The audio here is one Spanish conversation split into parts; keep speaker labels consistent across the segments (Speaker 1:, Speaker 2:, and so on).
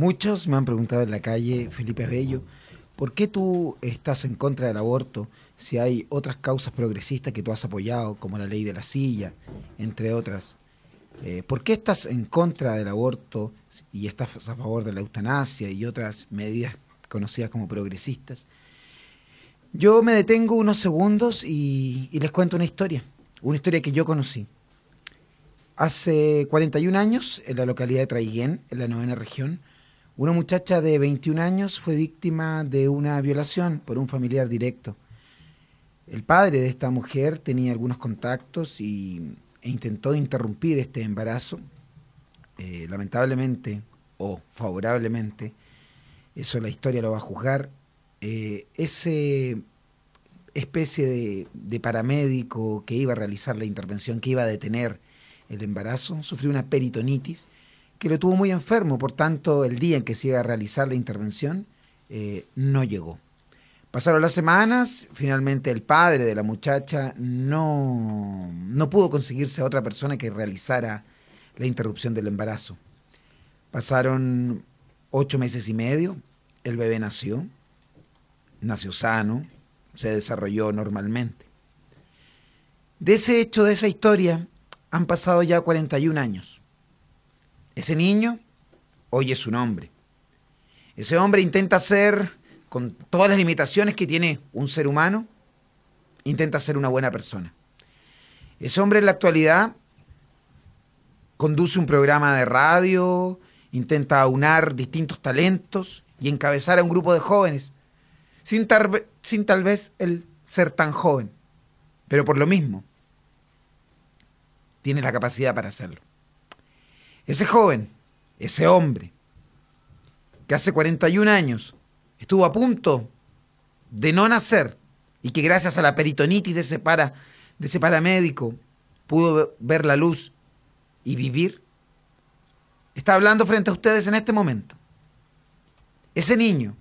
Speaker 1: Muchos me han preguntado en la calle, Felipe Bello, ¿por qué tú estás en contra del aborto si hay otras causas progresistas que tú has apoyado, como la ley de la silla, entre otras? Eh, ¿Por qué estás en contra del aborto y estás a favor de la eutanasia y otras medidas conocidas como progresistas? Yo me detengo unos segundos y, y les cuento una historia, una historia que yo conocí. Hace 41 años, en la localidad de Traiguén, en la novena región, una muchacha de 21 años fue víctima de una violación por un familiar directo. El padre de esta mujer tenía algunos contactos y, e intentó interrumpir este embarazo. Eh, lamentablemente o favorablemente, eso la historia lo va a juzgar, eh, ese especie de, de paramédico que iba a realizar la intervención, que iba a detener el embarazo, sufrió una peritonitis que lo tuvo muy enfermo, por tanto el día en que se iba a realizar la intervención eh, no llegó. Pasaron las semanas, finalmente el padre de la muchacha no, no pudo conseguirse a otra persona que realizara la interrupción del embarazo. Pasaron ocho meses y medio, el bebé nació, nació sano, se desarrolló normalmente. De ese hecho, de esa historia, han pasado ya 41 años. Ese niño hoy es un hombre. Ese hombre intenta ser, con todas las limitaciones que tiene un ser humano, intenta ser una buena persona. Ese hombre en la actualidad conduce un programa de radio, intenta aunar distintos talentos y encabezar a un grupo de jóvenes, sin, tar sin tal vez el ser tan joven, pero por lo mismo, tiene la capacidad para hacerlo. Ese joven, ese hombre, que hace 41 años estuvo a punto de no nacer y que gracias a la peritonitis de ese, para, de ese paramédico pudo ver la luz y vivir, está hablando frente a ustedes en este momento. Ese niño,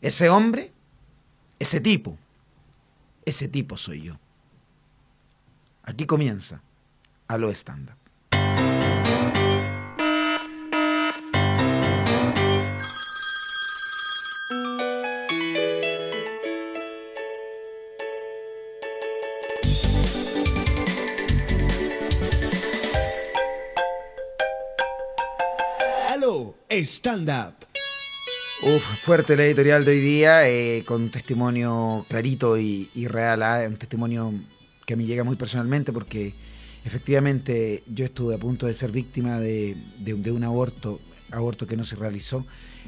Speaker 1: ese hombre, ese tipo, ese tipo soy yo. Aquí comienza a lo estándar.
Speaker 2: Aló, stand up.
Speaker 1: Uf, fuerte la editorial de hoy día, eh, con un testimonio clarito y, y real, ¿eh? un testimonio que a mí llega muy personalmente porque efectivamente yo estuve a punto de ser víctima de, de- de un aborto, aborto que no se realizó.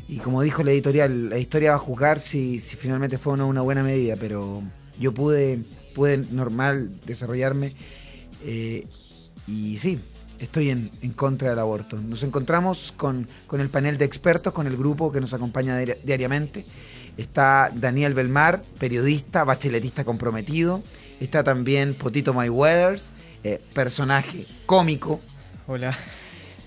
Speaker 1: Y como dijo la editorial, la historia va a juzgar si, si finalmente fue o no una buena medida, pero yo pude, pude normal desarrollarme. eh, y sí, estoy en, en contra del aborto. Nos encontramos con, con el panel de expertos, con el grupo que nos acompaña diari- diariamente. Está Daniel Belmar, periodista, bacheletista comprometido. Está también Potito My Weathers, personaje cómico.
Speaker 3: Hola.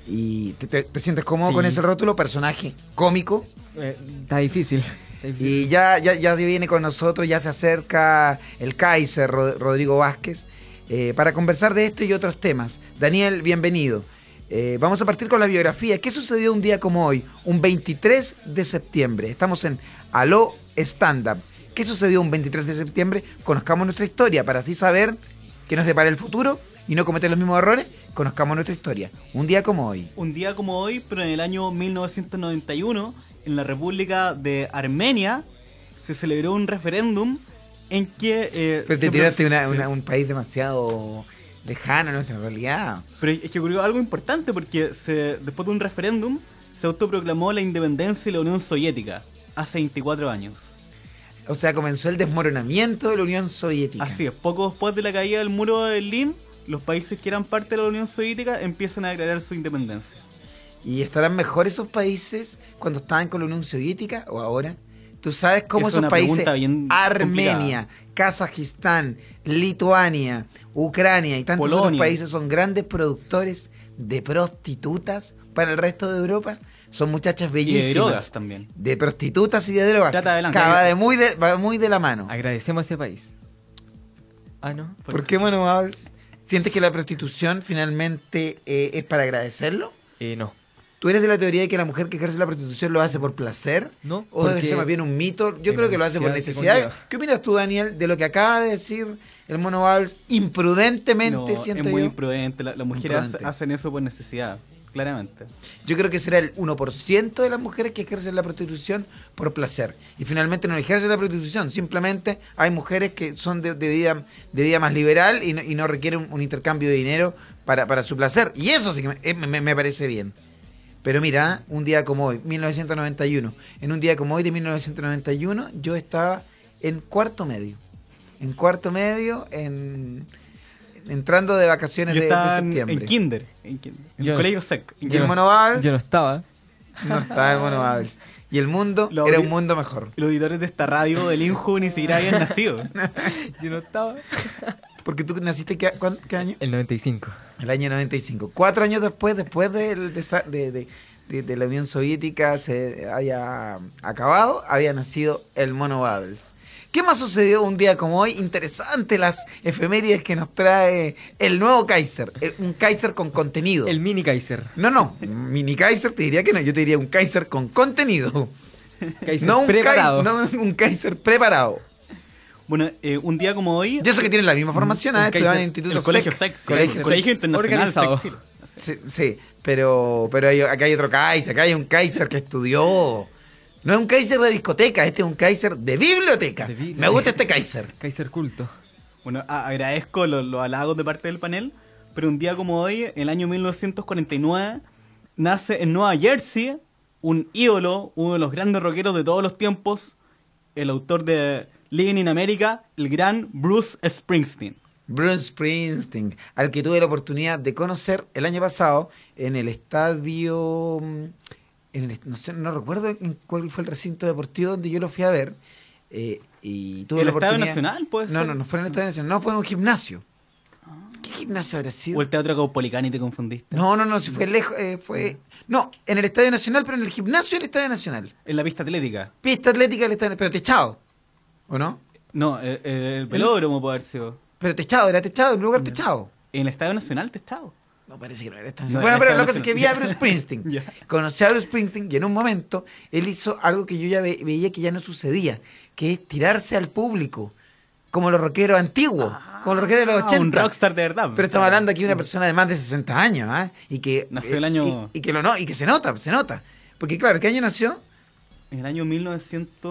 Speaker 1: ¿Y te, te- te sientes cómodo
Speaker 3: Sí.
Speaker 1: con ese rótulo? Personaje cómico.
Speaker 3: Está difícil. Está difícil.
Speaker 1: Y ya, ya, ya viene con nosotros, ya se acerca el Kaiser Rod- Rodrigo Vázquez eh, para conversar de esto y otros temas. Daniel, bienvenido. Eh, vamos a partir con la biografía. ¿Qué sucedió un día como hoy? Un 23 de septiembre. Estamos en Aló Stand Up. ¿Qué sucedió un 23 de septiembre? Conozcamos nuestra historia para así saber qué nos depara el futuro y no cometer los mismos errores. Conozcamos nuestra historia. Un día como hoy.
Speaker 4: Un día como hoy, pero en el año 1991, en la República de Armenia, se celebró un referéndum en que... eh,
Speaker 1: Pero Pues te
Speaker 4: se-
Speaker 1: tiraste una-
Speaker 4: se-
Speaker 1: una- un país demasiado lejano a nuestra realidad.
Speaker 4: Pero es que ocurrió algo importante porque se, después de un referéndum se autoproclamó la independencia de la Unión Soviética hace 24 años.
Speaker 1: O sea, comenzó el desmoronamiento de la Unión Soviética.
Speaker 4: Así es, poco después de la caída del muro de Berlín, los países que eran parte de la Unión Soviética empiezan a declarar su independencia.
Speaker 1: ¿Y estarán mejor esos países cuando estaban con la Unión Soviética o ahora? Tú sabes cómo
Speaker 4: Es
Speaker 1: esos
Speaker 4: una
Speaker 1: países,
Speaker 4: pregunta bien
Speaker 1: Armenia, Kazajistán, Lituania, Ucrania y tantos otros
Speaker 4: Polonia.
Speaker 1: países son grandes productores de prostitutas para el resto de Europa. Son muchachas
Speaker 4: Y de
Speaker 1: bellísimas.
Speaker 4: drogas también.
Speaker 1: De prostitutas y de drogas.
Speaker 4: Trata de blanca. ¿eh?
Speaker 1: Ca- va de muy de, va muy de la mano.
Speaker 3: Agradecemos a ese país. Ah, no.
Speaker 1: ¿Por qué Manu Abels? ¿Sientes que la prostitución finalmente eh, es para agradecerlo?
Speaker 3: Eh, no.
Speaker 1: ¿Tú eres de la teoría de que la mujer que ejerce la prostitución lo hace por placer?
Speaker 3: No,
Speaker 1: ¿O debe
Speaker 3: porque-
Speaker 1: ser más bien un mito? Yo creo que lo hace por
Speaker 3: Necesidad que
Speaker 1: necesidad.
Speaker 3: conlleva.
Speaker 1: ¿Qué opinas tú, Daniel, de lo que acaba de decir el mono Valls? Imprudentemente,
Speaker 4: No,
Speaker 1: siento
Speaker 4: es muy
Speaker 1: yo.
Speaker 4: imprudente. La- las mujeres
Speaker 1: Imprudente.
Speaker 4: hacen eso por necesidad, claramente.
Speaker 1: Yo creo que será el 1% de las mujeres que ejercen la prostitución por placer. Y finalmente no ejercen la prostitución, simplemente hay mujeres que son de, de vida, de vida más liberal y no, y no requieren un, un intercambio de dinero para, para su placer. Y eso sí que me- eh, me- me parece bien. Pero mira, un día como hoy, 1991, en un día como hoy de 1991, yo estaba en cuarto medio. En cuarto medio, en entrando de vacaciones
Speaker 4: Yo
Speaker 1: de, de
Speaker 4: estaba en,
Speaker 1: septiembre.
Speaker 4: en kinder, en kinder, en
Speaker 3: Yo-
Speaker 4: colegio sec. en
Speaker 1: Y
Speaker 4: kinder.
Speaker 1: el Mono Valls-
Speaker 3: Yo no estaba.
Speaker 1: No estaba el Mono Babels. Y el mundo
Speaker 4: Lo
Speaker 1: era
Speaker 4: abrí-
Speaker 1: un mundo mejor.
Speaker 4: Los auditores de esta radio del Inju ni siquiera habían nacido.
Speaker 3: Yo no estaba.
Speaker 1: Porque tú naciste, ¿qué, cuán- qué año?
Speaker 3: El 95.
Speaker 1: El año 95. Cuatro años después, después del desa- de, de- de- de la Unión Soviética se haya acabado, había nacido el Mono Babels. ¿Qué más sucedió un día como hoy? Interesante las efemérides que nos trae el nuevo Kaiser. el- Un Kaiser con contenido.
Speaker 3: El mini Kaiser.
Speaker 1: No, no. Mini Kaiser te diría que no. Yo te diría un Kaiser con contenido.
Speaker 3: Kaiser
Speaker 1: no, un Kais-
Speaker 3: preparado.
Speaker 1: no un Kaiser preparado.
Speaker 4: Bueno, eh, un día como hoy,
Speaker 1: Yo sé que tienen la misma formación, ¿ah?
Speaker 3: Un
Speaker 1: estudiaban en
Speaker 3: Kaiser-
Speaker 1: el Instituto
Speaker 4: Mm, el colegio
Speaker 1: SEC.
Speaker 4: sec, sí,
Speaker 1: Colegio
Speaker 4: el
Speaker 1: Sec.
Speaker 4: colegio internacional
Speaker 3: Organizado.
Speaker 4: Sec Chile.
Speaker 1: Sí, sí, pero, pero hay- acá hay otro Kaiser, acá hay un Kaiser que estudió. No es un Kaiser de discoteca, este es un Kaiser de biblioteca.
Speaker 3: De biblioteca.
Speaker 1: Me gusta este Kaiser.
Speaker 3: Kaiser culto.
Speaker 4: Bueno, a- agradezco los, los halagos de parte del panel, pero un día como hoy, en el año 1949, nace en Nueva Jersey un ídolo, uno de los grandes rockeros de todos los tiempos, el autor de Living in America, el gran Bruce Springsteen.
Speaker 1: Bruce Springsteen, al que tuve la oportunidad de conocer el año pasado en el estadio, mm, en el est- no, sé, no recuerdo en cuál fue el recinto deportivo donde yo lo fui a ver. eh, y tuve
Speaker 4: ¿El
Speaker 1: la
Speaker 4: Estadio
Speaker 1: oportunidad-
Speaker 4: Nacional, puede
Speaker 1: No,
Speaker 4: ser?
Speaker 1: no, no fue en el Estadio Nacional, no, fue en un gimnasio. ¿Qué gimnasio habrá sido?
Speaker 4: O el Teatro Caupolicán y te confundiste.
Speaker 1: No, no, no, si fue lejos, eh, fue... No, en el Estadio Nacional, pero en el gimnasio del Estadio Nacional.
Speaker 4: En la pista atlética.
Speaker 1: Pista atlética del Estadio pero techado, ¿o no?
Speaker 4: No, el, el, el velódromo puede haber sido.
Speaker 1: Pero techado, era techado, un lugar techado.
Speaker 4: En el Estadio Nacional, te estado.
Speaker 1: No parece que no era Estadio
Speaker 4: No,
Speaker 1: Nacional.
Speaker 4: era
Speaker 1: bueno, pero
Speaker 4: Estadio
Speaker 1: lo que es que vi a Bruce
Speaker 4: Nacional.
Speaker 1: Springsteen.
Speaker 4: Ya.
Speaker 1: Conocí a Bruce Springsteen y en un momento él hizo algo que yo ya ve- veía que ya no sucedía, que es tirarse al público, como los rockeros antiguos, como los rockeros de los
Speaker 4: Ah,
Speaker 1: 80.
Speaker 4: un rockstar de verdad.
Speaker 1: Pero estamos hablando aquí de una persona de más de 60 años, ¿ah? Y que.
Speaker 4: Nació el año-
Speaker 1: Y, y que lo no, y que se nota, se nota. Porque claro, ¿qué año nació?
Speaker 4: En el año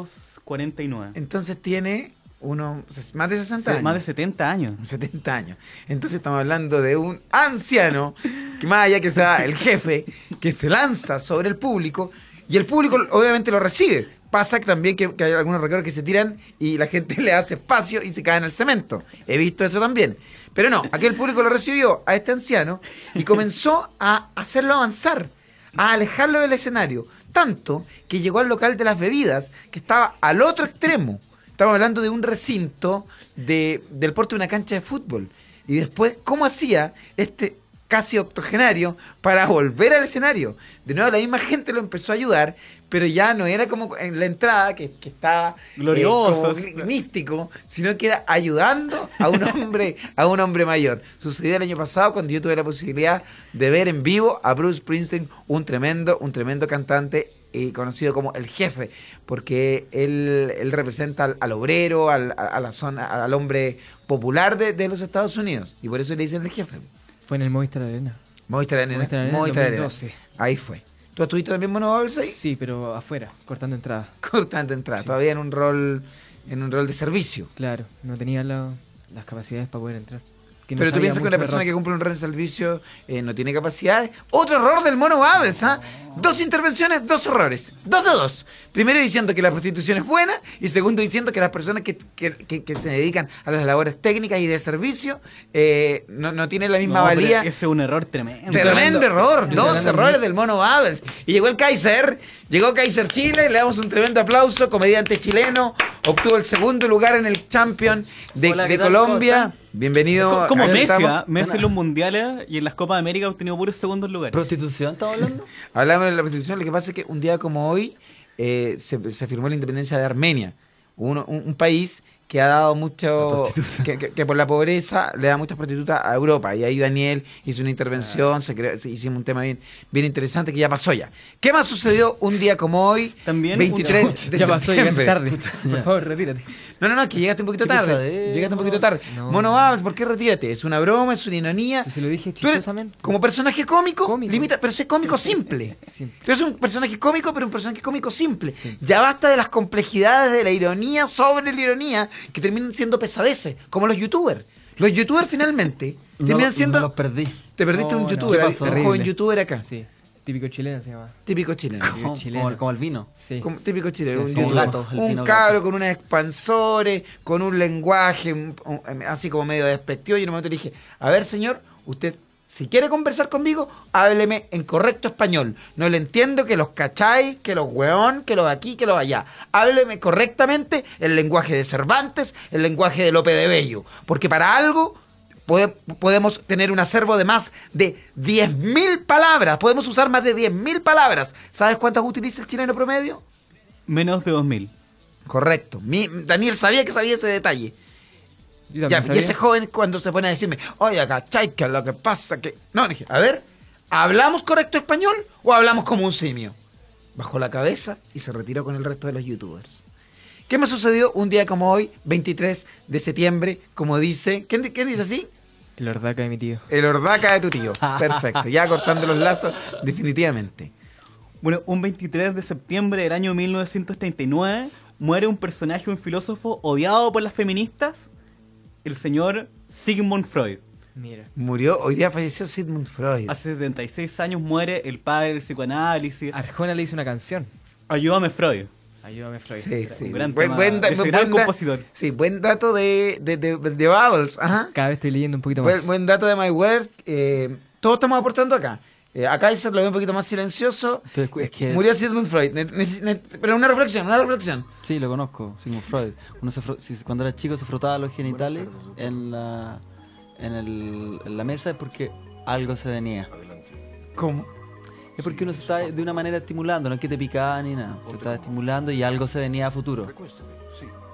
Speaker 4: 1949.
Speaker 1: Entonces tiene uno ses- más de 60
Speaker 4: Sí,
Speaker 1: años.
Speaker 4: Más de 70 años.
Speaker 1: 70 años. Entonces estamos hablando de un anciano, que más allá que sea el jefe, que se lanza sobre el público y el público obviamente lo recibe. Pasa también que, que hay algunos recuerdos que se tiran y la gente le hace espacio y se cae en el cemento. He visto eso también. Pero no, aquel público lo recibió a este anciano y comenzó a hacerlo avanzar, a alejarlo del escenario. Tanto que llegó al local de las bebidas, que estaba al otro extremo. Estamos hablando de un recinto de, del porte de una cancha de fútbol. Y después, ¿cómo hacía este casi octogenario para volver al escenario? De nuevo, la misma gente lo empezó a ayudar, pero ya no era como en la entrada, que, que estaba eh,
Speaker 4: Glorioso.
Speaker 1: como gr- místico, sino que era ayudando a un hombre, a un hombre mayor. Sucedió el año pasado cuando yo tuve la posibilidad de ver en vivo a Bruce Springsteen, un tremendo, un tremendo cantante y conocido como el jefe, porque él, él representa al, al obrero, al, a, a la zona, al hombre popular de, de los Estados Unidos, y por eso le dicen el jefe.
Speaker 3: Fue en el Movistar Arena.
Speaker 1: Movistar Arena,
Speaker 3: Movistar Arena,
Speaker 1: Movistar Arena.
Speaker 3: 2012.
Speaker 1: Ahí fue. ¿Tú estuviste también Mono Babels ahí?
Speaker 3: Sí, pero afuera, cortando entrada.
Speaker 1: Cortante entrada, todavía en un rol, en un rol de servicio.
Speaker 3: Claro, no tenía la- las capacidades para poder entrar. Que no
Speaker 1: Pero tú
Speaker 3: sabía
Speaker 1: piensas que
Speaker 3: mucho
Speaker 1: una
Speaker 3: de
Speaker 1: persona
Speaker 3: rock.
Speaker 1: que cumple un rol de servicio eh, no tiene capacidades. Otro error del mono Babels, ¿ah? Dos intervenciones, dos errores. Dos de dos. Primero diciendo que la prostitución es buena y segundo diciendo que las personas que, que- que- que se dedican a las labores técnicas y de servicio eh, no, no tienen la misma
Speaker 4: No, pero
Speaker 1: valía.
Speaker 4: Ese es un error tremendo.
Speaker 1: Tremendo error, dos
Speaker 3: Tremendo.
Speaker 1: errores del mono Babels. Y llegó el Kaiser, llegó Kaiser Chile, le damos un tremendo aplauso, comediante chileno, obtuvo el segundo lugar en el Champion de,
Speaker 4: Hola, ¿qué
Speaker 1: de
Speaker 4: tal?
Speaker 1: Colombia.
Speaker 4: ¿Cómo están?
Speaker 1: Bienvenido.
Speaker 4: Co- Como
Speaker 1: acá
Speaker 4: Messi,
Speaker 1: estamos.
Speaker 4: ¿ah? Messi en los mundiales y en las Copas de América ha obtenido puros segundos lugares.
Speaker 5: ¿Prostitución estamos hablando?
Speaker 1: Hablamos de la prostitución, lo que pasa es que un día como hoy eh, se, se firmó la independencia de Armenia, uno- un, un país que ha dado mucho.
Speaker 6: La prostituta.
Speaker 1: Que, que- que por la pobreza le da muchas prostitutas a Europa. Y ahí Daniel hizo una
Speaker 3: Ah.
Speaker 1: intervención, se creó- se- hicimos un tema bien, bien interesante que ya pasó ya. ¿Qué más sucedió un día como hoy?
Speaker 4: También
Speaker 1: 23 de
Speaker 3: Ya pasó, llegaste
Speaker 1: septiembre.
Speaker 3: tarde. Por favor, retírate.
Speaker 1: No, no, no, que llegaste un poquito
Speaker 3: Qué pesado,
Speaker 1: tarde.
Speaker 3: eh,
Speaker 1: Llegaste un poquito
Speaker 3: mono.
Speaker 1: tarde.
Speaker 3: No.
Speaker 1: Mono Babs, ¿por qué retírate? Es una broma, es una ironía.
Speaker 3: Yo se lo dije
Speaker 1: Tú eres
Speaker 3: chistosamente.
Speaker 1: como personaje cómico,
Speaker 3: Cómico.
Speaker 1: limita, pero sé cómico simple.
Speaker 3: Simple.
Speaker 1: Tú eres un personaje cómico, pero un personaje cómico simple. Ya basta de las complejidades de la ironía sobre la ironía que terminan siendo pesadeces, como los youtubers. Los youtubers finalmente terminan siendo.
Speaker 7: los perdí.
Speaker 1: Te perdiste
Speaker 3: No,
Speaker 1: un
Speaker 3: no.
Speaker 1: youtuber,
Speaker 3: ¿Qué
Speaker 1: hay
Speaker 3: pasó?
Speaker 1: un joven
Speaker 3: Terrible.
Speaker 1: youtuber acá.
Speaker 3: Sí. Típico chileno se llama.
Speaker 1: Típico chileno.
Speaker 3: Como-
Speaker 7: Como,
Speaker 3: chileno.
Speaker 7: como el vino.
Speaker 3: Sí.
Speaker 1: Como típico chileno,
Speaker 3: Sí,
Speaker 1: un,
Speaker 3: sí,
Speaker 1: youtuber.
Speaker 7: un gato, el
Speaker 1: Un
Speaker 7: fino
Speaker 1: cabro
Speaker 7: gato.
Speaker 1: con unos expansores, con un lenguaje un- un- em, así como medio despectivo. Y en un momento le dije, a ver señor, usted si quiere conversar conmigo, hábleme en correcto español. No le entiendo que los cacháis, que los weón, que los aquí, que los allá. Hábleme correctamente el lenguaje de Cervantes, el lenguaje de Lope de Bello. Porque para algo Pode- podemos tener un acervo de más de 10.000 palabras. Podemos usar más de 10.000 palabras. ¿Sabes cuántas utiliza el chileno promedio?
Speaker 4: Menos de 2000.
Speaker 1: Correcto. Mi- Daniel sabía que sabía ese detalle. Ya,
Speaker 3: Yo también
Speaker 1: y
Speaker 3: sabía.
Speaker 1: ese joven cuando se pone a decirme, oye, ¿cachai? Que lo que pasa que... No, dije, a ver, ¿hablamos correcto español o hablamos como un simio? Bajó la cabeza y se retiró con el resto de los youtubers. ¿Qué me sucedió un día como hoy, 23 de septiembre, como dice... ¿Quién, di- quién dice así?
Speaker 3: El ordaca de mi tío.
Speaker 1: El ordaca de tu tío. Perfecto. Ya cortando los lazos, definitivamente.
Speaker 4: Bueno, un 23 de septiembre del año 1939 muere un personaje, un filósofo odiado por las feministas, el señor Sigmund Freud.
Speaker 3: Mira.
Speaker 1: Murió, hoy día falleció Sigmund Freud.
Speaker 4: Hace 76 años muere el padre del psicoanálisis.
Speaker 3: Arjona le hizo una canción.
Speaker 4: Ayúdame Freud.
Speaker 3: Ayúdame, Freud.
Speaker 1: Sí, sí.
Speaker 4: Un gran
Speaker 1: buen,
Speaker 4: tema
Speaker 1: buen da-
Speaker 4: de ese
Speaker 1: buen
Speaker 4: gran
Speaker 1: da-
Speaker 4: compositor.
Speaker 1: Sí, buen dato de, de, de, de Bubbles. Ajá.
Speaker 3: Cada vez estoy leyendo un poquito más.
Speaker 1: Buen, buen dato de My Work. eh, todos estamos aportando acá. Eh, a Kaiser lo veo un poquito más silencioso. Eh,
Speaker 7: Entonces, es que-
Speaker 1: Murió Sigmund Freud. Ne- neces- ne- pero una reflexión, una reflexión.
Speaker 7: Sí, lo conozco, Sigmund Freud. Uno se fro- si- cuando era chico se frotaba los genitales en la, en, el- en la mesa es porque algo se venía.
Speaker 1: ¿Cómo?
Speaker 7: Es porque uno se está de una manera estimulando, no es que te picaba ni nada. Se está estimulando y algo se venía a futuro.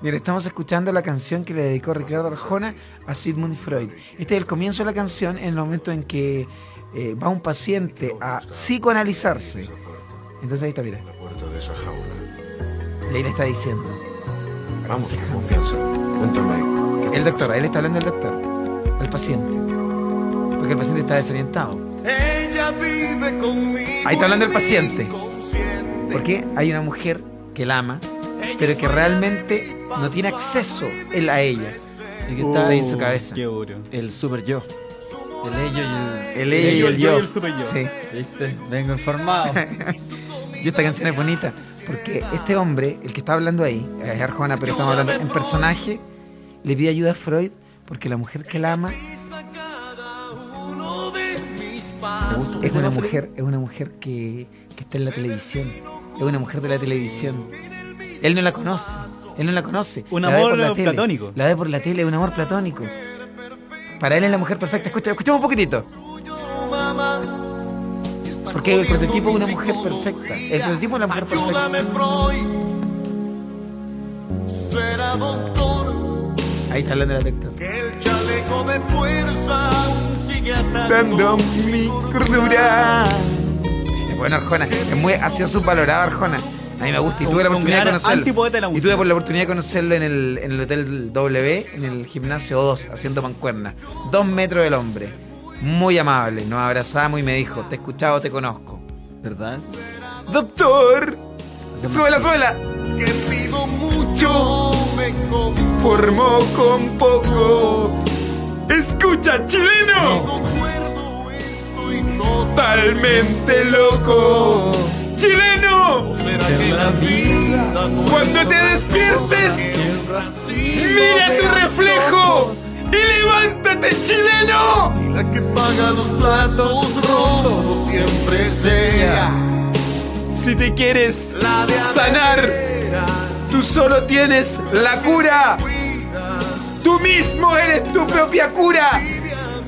Speaker 1: Mira, estamos escuchando la canción que le dedicó Ricardo Arjona a Sigmund Freud. Este es el comienzo de la canción en el momento en que eh, va un paciente a psicoanalizarse. Entonces ahí está, mira.
Speaker 8: puerta de esa jaula.
Speaker 1: Y ahí le está diciendo.
Speaker 8: Vamos, con confianza. Cuéntame. ¿qué te
Speaker 1: El doctor,
Speaker 8: pasa?
Speaker 1: ahí le está hablando el doctor. Al paciente. Porque el paciente está desorientado. Ahí está hablando el paciente. Porque hay una mujer que la ama, pero que realmente no tiene acceso él a ella.
Speaker 7: Y que está
Speaker 1: Uh. en su cabeza.
Speaker 4: Qué duro.
Speaker 7: el super yo. El ello y
Speaker 1: El ella y el yo.
Speaker 4: y el super yo.
Speaker 1: Sí.
Speaker 7: el... ¿Viste? Vengo informado.
Speaker 1: Y esta canción es bonita, porque este hombre, el que está hablando ahí, es Arjona, pero estamos hablando en personaje, le pide ayuda a Freud porque la mujer que la ama es una mujer, es una mujer que, que está en la televisión, es una mujer de la televisión. Él no la conoce, él no la conoce.
Speaker 4: Un
Speaker 1: la ve
Speaker 4: amor
Speaker 1: por la tele,
Speaker 4: platónico.
Speaker 1: la ve por la tele, un amor platónico. Para él es la mujer perfecta. Escucha, escuchamos un poquitito. Porque el prototipo de una mujer perfecta. El prototipo de la mujer perfecta. Ahí está hablando el lector. Dando mi cordura. Es bueno, Arjona. Es muy, ha sido subvalorado, Arjona. A mí me gusta y tuve la
Speaker 4: Un
Speaker 1: oportunidad de
Speaker 4: gran
Speaker 1: conocerlo.
Speaker 4: antipoeta de la
Speaker 1: y
Speaker 4: música.
Speaker 1: tuve por la oportunidad de conocerlo en el, en el Hotel W, en el gimnasio 2, haciendo mancuerna. Dos metros del hombre. Muy amable. Nos abrazamos y me dijo, te he escuchado, te conozco.
Speaker 7: ¿Verdad?
Speaker 1: Doctor, suela, suela. Formó con poco. Escucha, chileno. Totalmente loco. Chileno. Cuando te despiertes, mira tu reflejo y levántate, chileno.
Speaker 9: La que paga los platos rotos siempre sea
Speaker 1: Si te quieres
Speaker 9: la de
Speaker 1: sanar,
Speaker 9: afuera.
Speaker 1: tú solo tienes la cura. Tú mismo eres tu propia cura.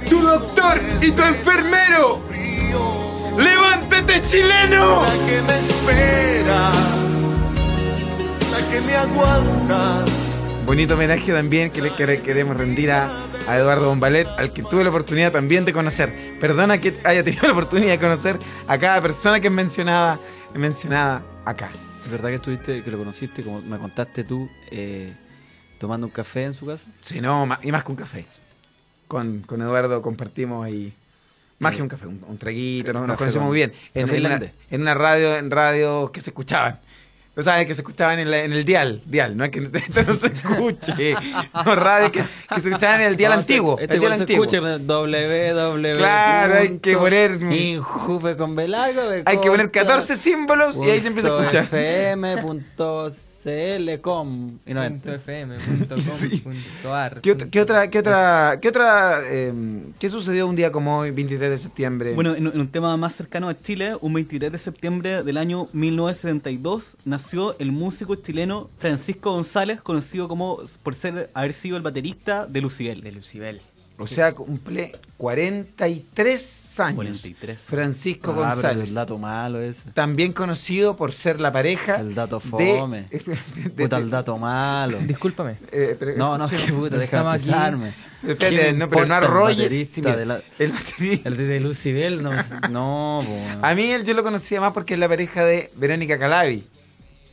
Speaker 1: Tu doctor y tu enfermero. ¡Levántate, chileno!
Speaker 9: La que me espera, la que me aguanta,
Speaker 1: Bonito homenaje también que le quere- queremos rendir a, a Eduardo Bombalet, al que tuve la oportunidad también de conocer. Perdona que haya tenido la oportunidad de conocer a cada persona que es mencionada, mencionada acá.
Speaker 7: Es verdad que estuviste, que lo conociste, como me contaste tú, eh, tomando un café en su casa.
Speaker 1: Si no, ma- y más que un café. Con, con Eduardo compartimos ahí. Más que un café, un, un traguito, nos, nos
Speaker 7: Café
Speaker 1: conocemos
Speaker 7: con-
Speaker 1: muy bien. En,
Speaker 7: café
Speaker 1: en una,
Speaker 7: irlandés.
Speaker 1: en una radio, en radio que se escuchaban. Tú sabes que se escuchaban en, la- en el dial, dial, no es que esto no se escuche. No, radio que, que se escuchaban en el dial
Speaker 7: No, este-
Speaker 1: antiguo.
Speaker 7: Este
Speaker 1: el dial
Speaker 7: igual se
Speaker 1: antiguo.
Speaker 7: escucha www.
Speaker 1: Claro, hay que poner-
Speaker 7: Injufe con Belargo.
Speaker 1: Hay que poner 14 símbolos y ahí se empieza a escuchar.
Speaker 7: fm.cl.com y no este,
Speaker 3: Punto
Speaker 7: entra.
Speaker 3: FM, punto com,
Speaker 1: Sí.
Speaker 3: punto ar,
Speaker 1: ¿Qué,
Speaker 3: punto-
Speaker 1: ot- qué otra, qué otra, qué otra, em, qué sucedió un día como hoy, 23 de septiembre?
Speaker 4: Bueno, en, en un tema más cercano a Chile, un 23 de septiembre del año 1972 nació el músico chileno Francisco González, conocido como por ser haber sido el baterista de
Speaker 3: De
Speaker 4: Lucibel.
Speaker 3: Lucibel.
Speaker 1: O sea, cumple 43 años.
Speaker 4: 43.
Speaker 1: Francisco
Speaker 7: Ah, pero
Speaker 1: González.
Speaker 7: el dato malo ese.
Speaker 1: También conocido por ser la pareja.
Speaker 7: El dato
Speaker 1: de-
Speaker 7: fome.
Speaker 1: de- de-
Speaker 7: Puta, el dato malo.
Speaker 3: Discúlpame.
Speaker 1: eh, pero-
Speaker 7: No, no, qué puta,
Speaker 3: No
Speaker 7: deja de
Speaker 3: estaba aquí.
Speaker 7: pisarme.
Speaker 1: pero espérate,
Speaker 7: ¿Quién
Speaker 1: no, pero no
Speaker 7: importa el
Speaker 1: arrolles.
Speaker 7: baterista
Speaker 1: sí, mira,
Speaker 7: de la-
Speaker 1: el baterista.
Speaker 7: El de Lucibel, no. No, po.
Speaker 1: A mí él, yo lo conocía más porque es la pareja de Verónica Calabi.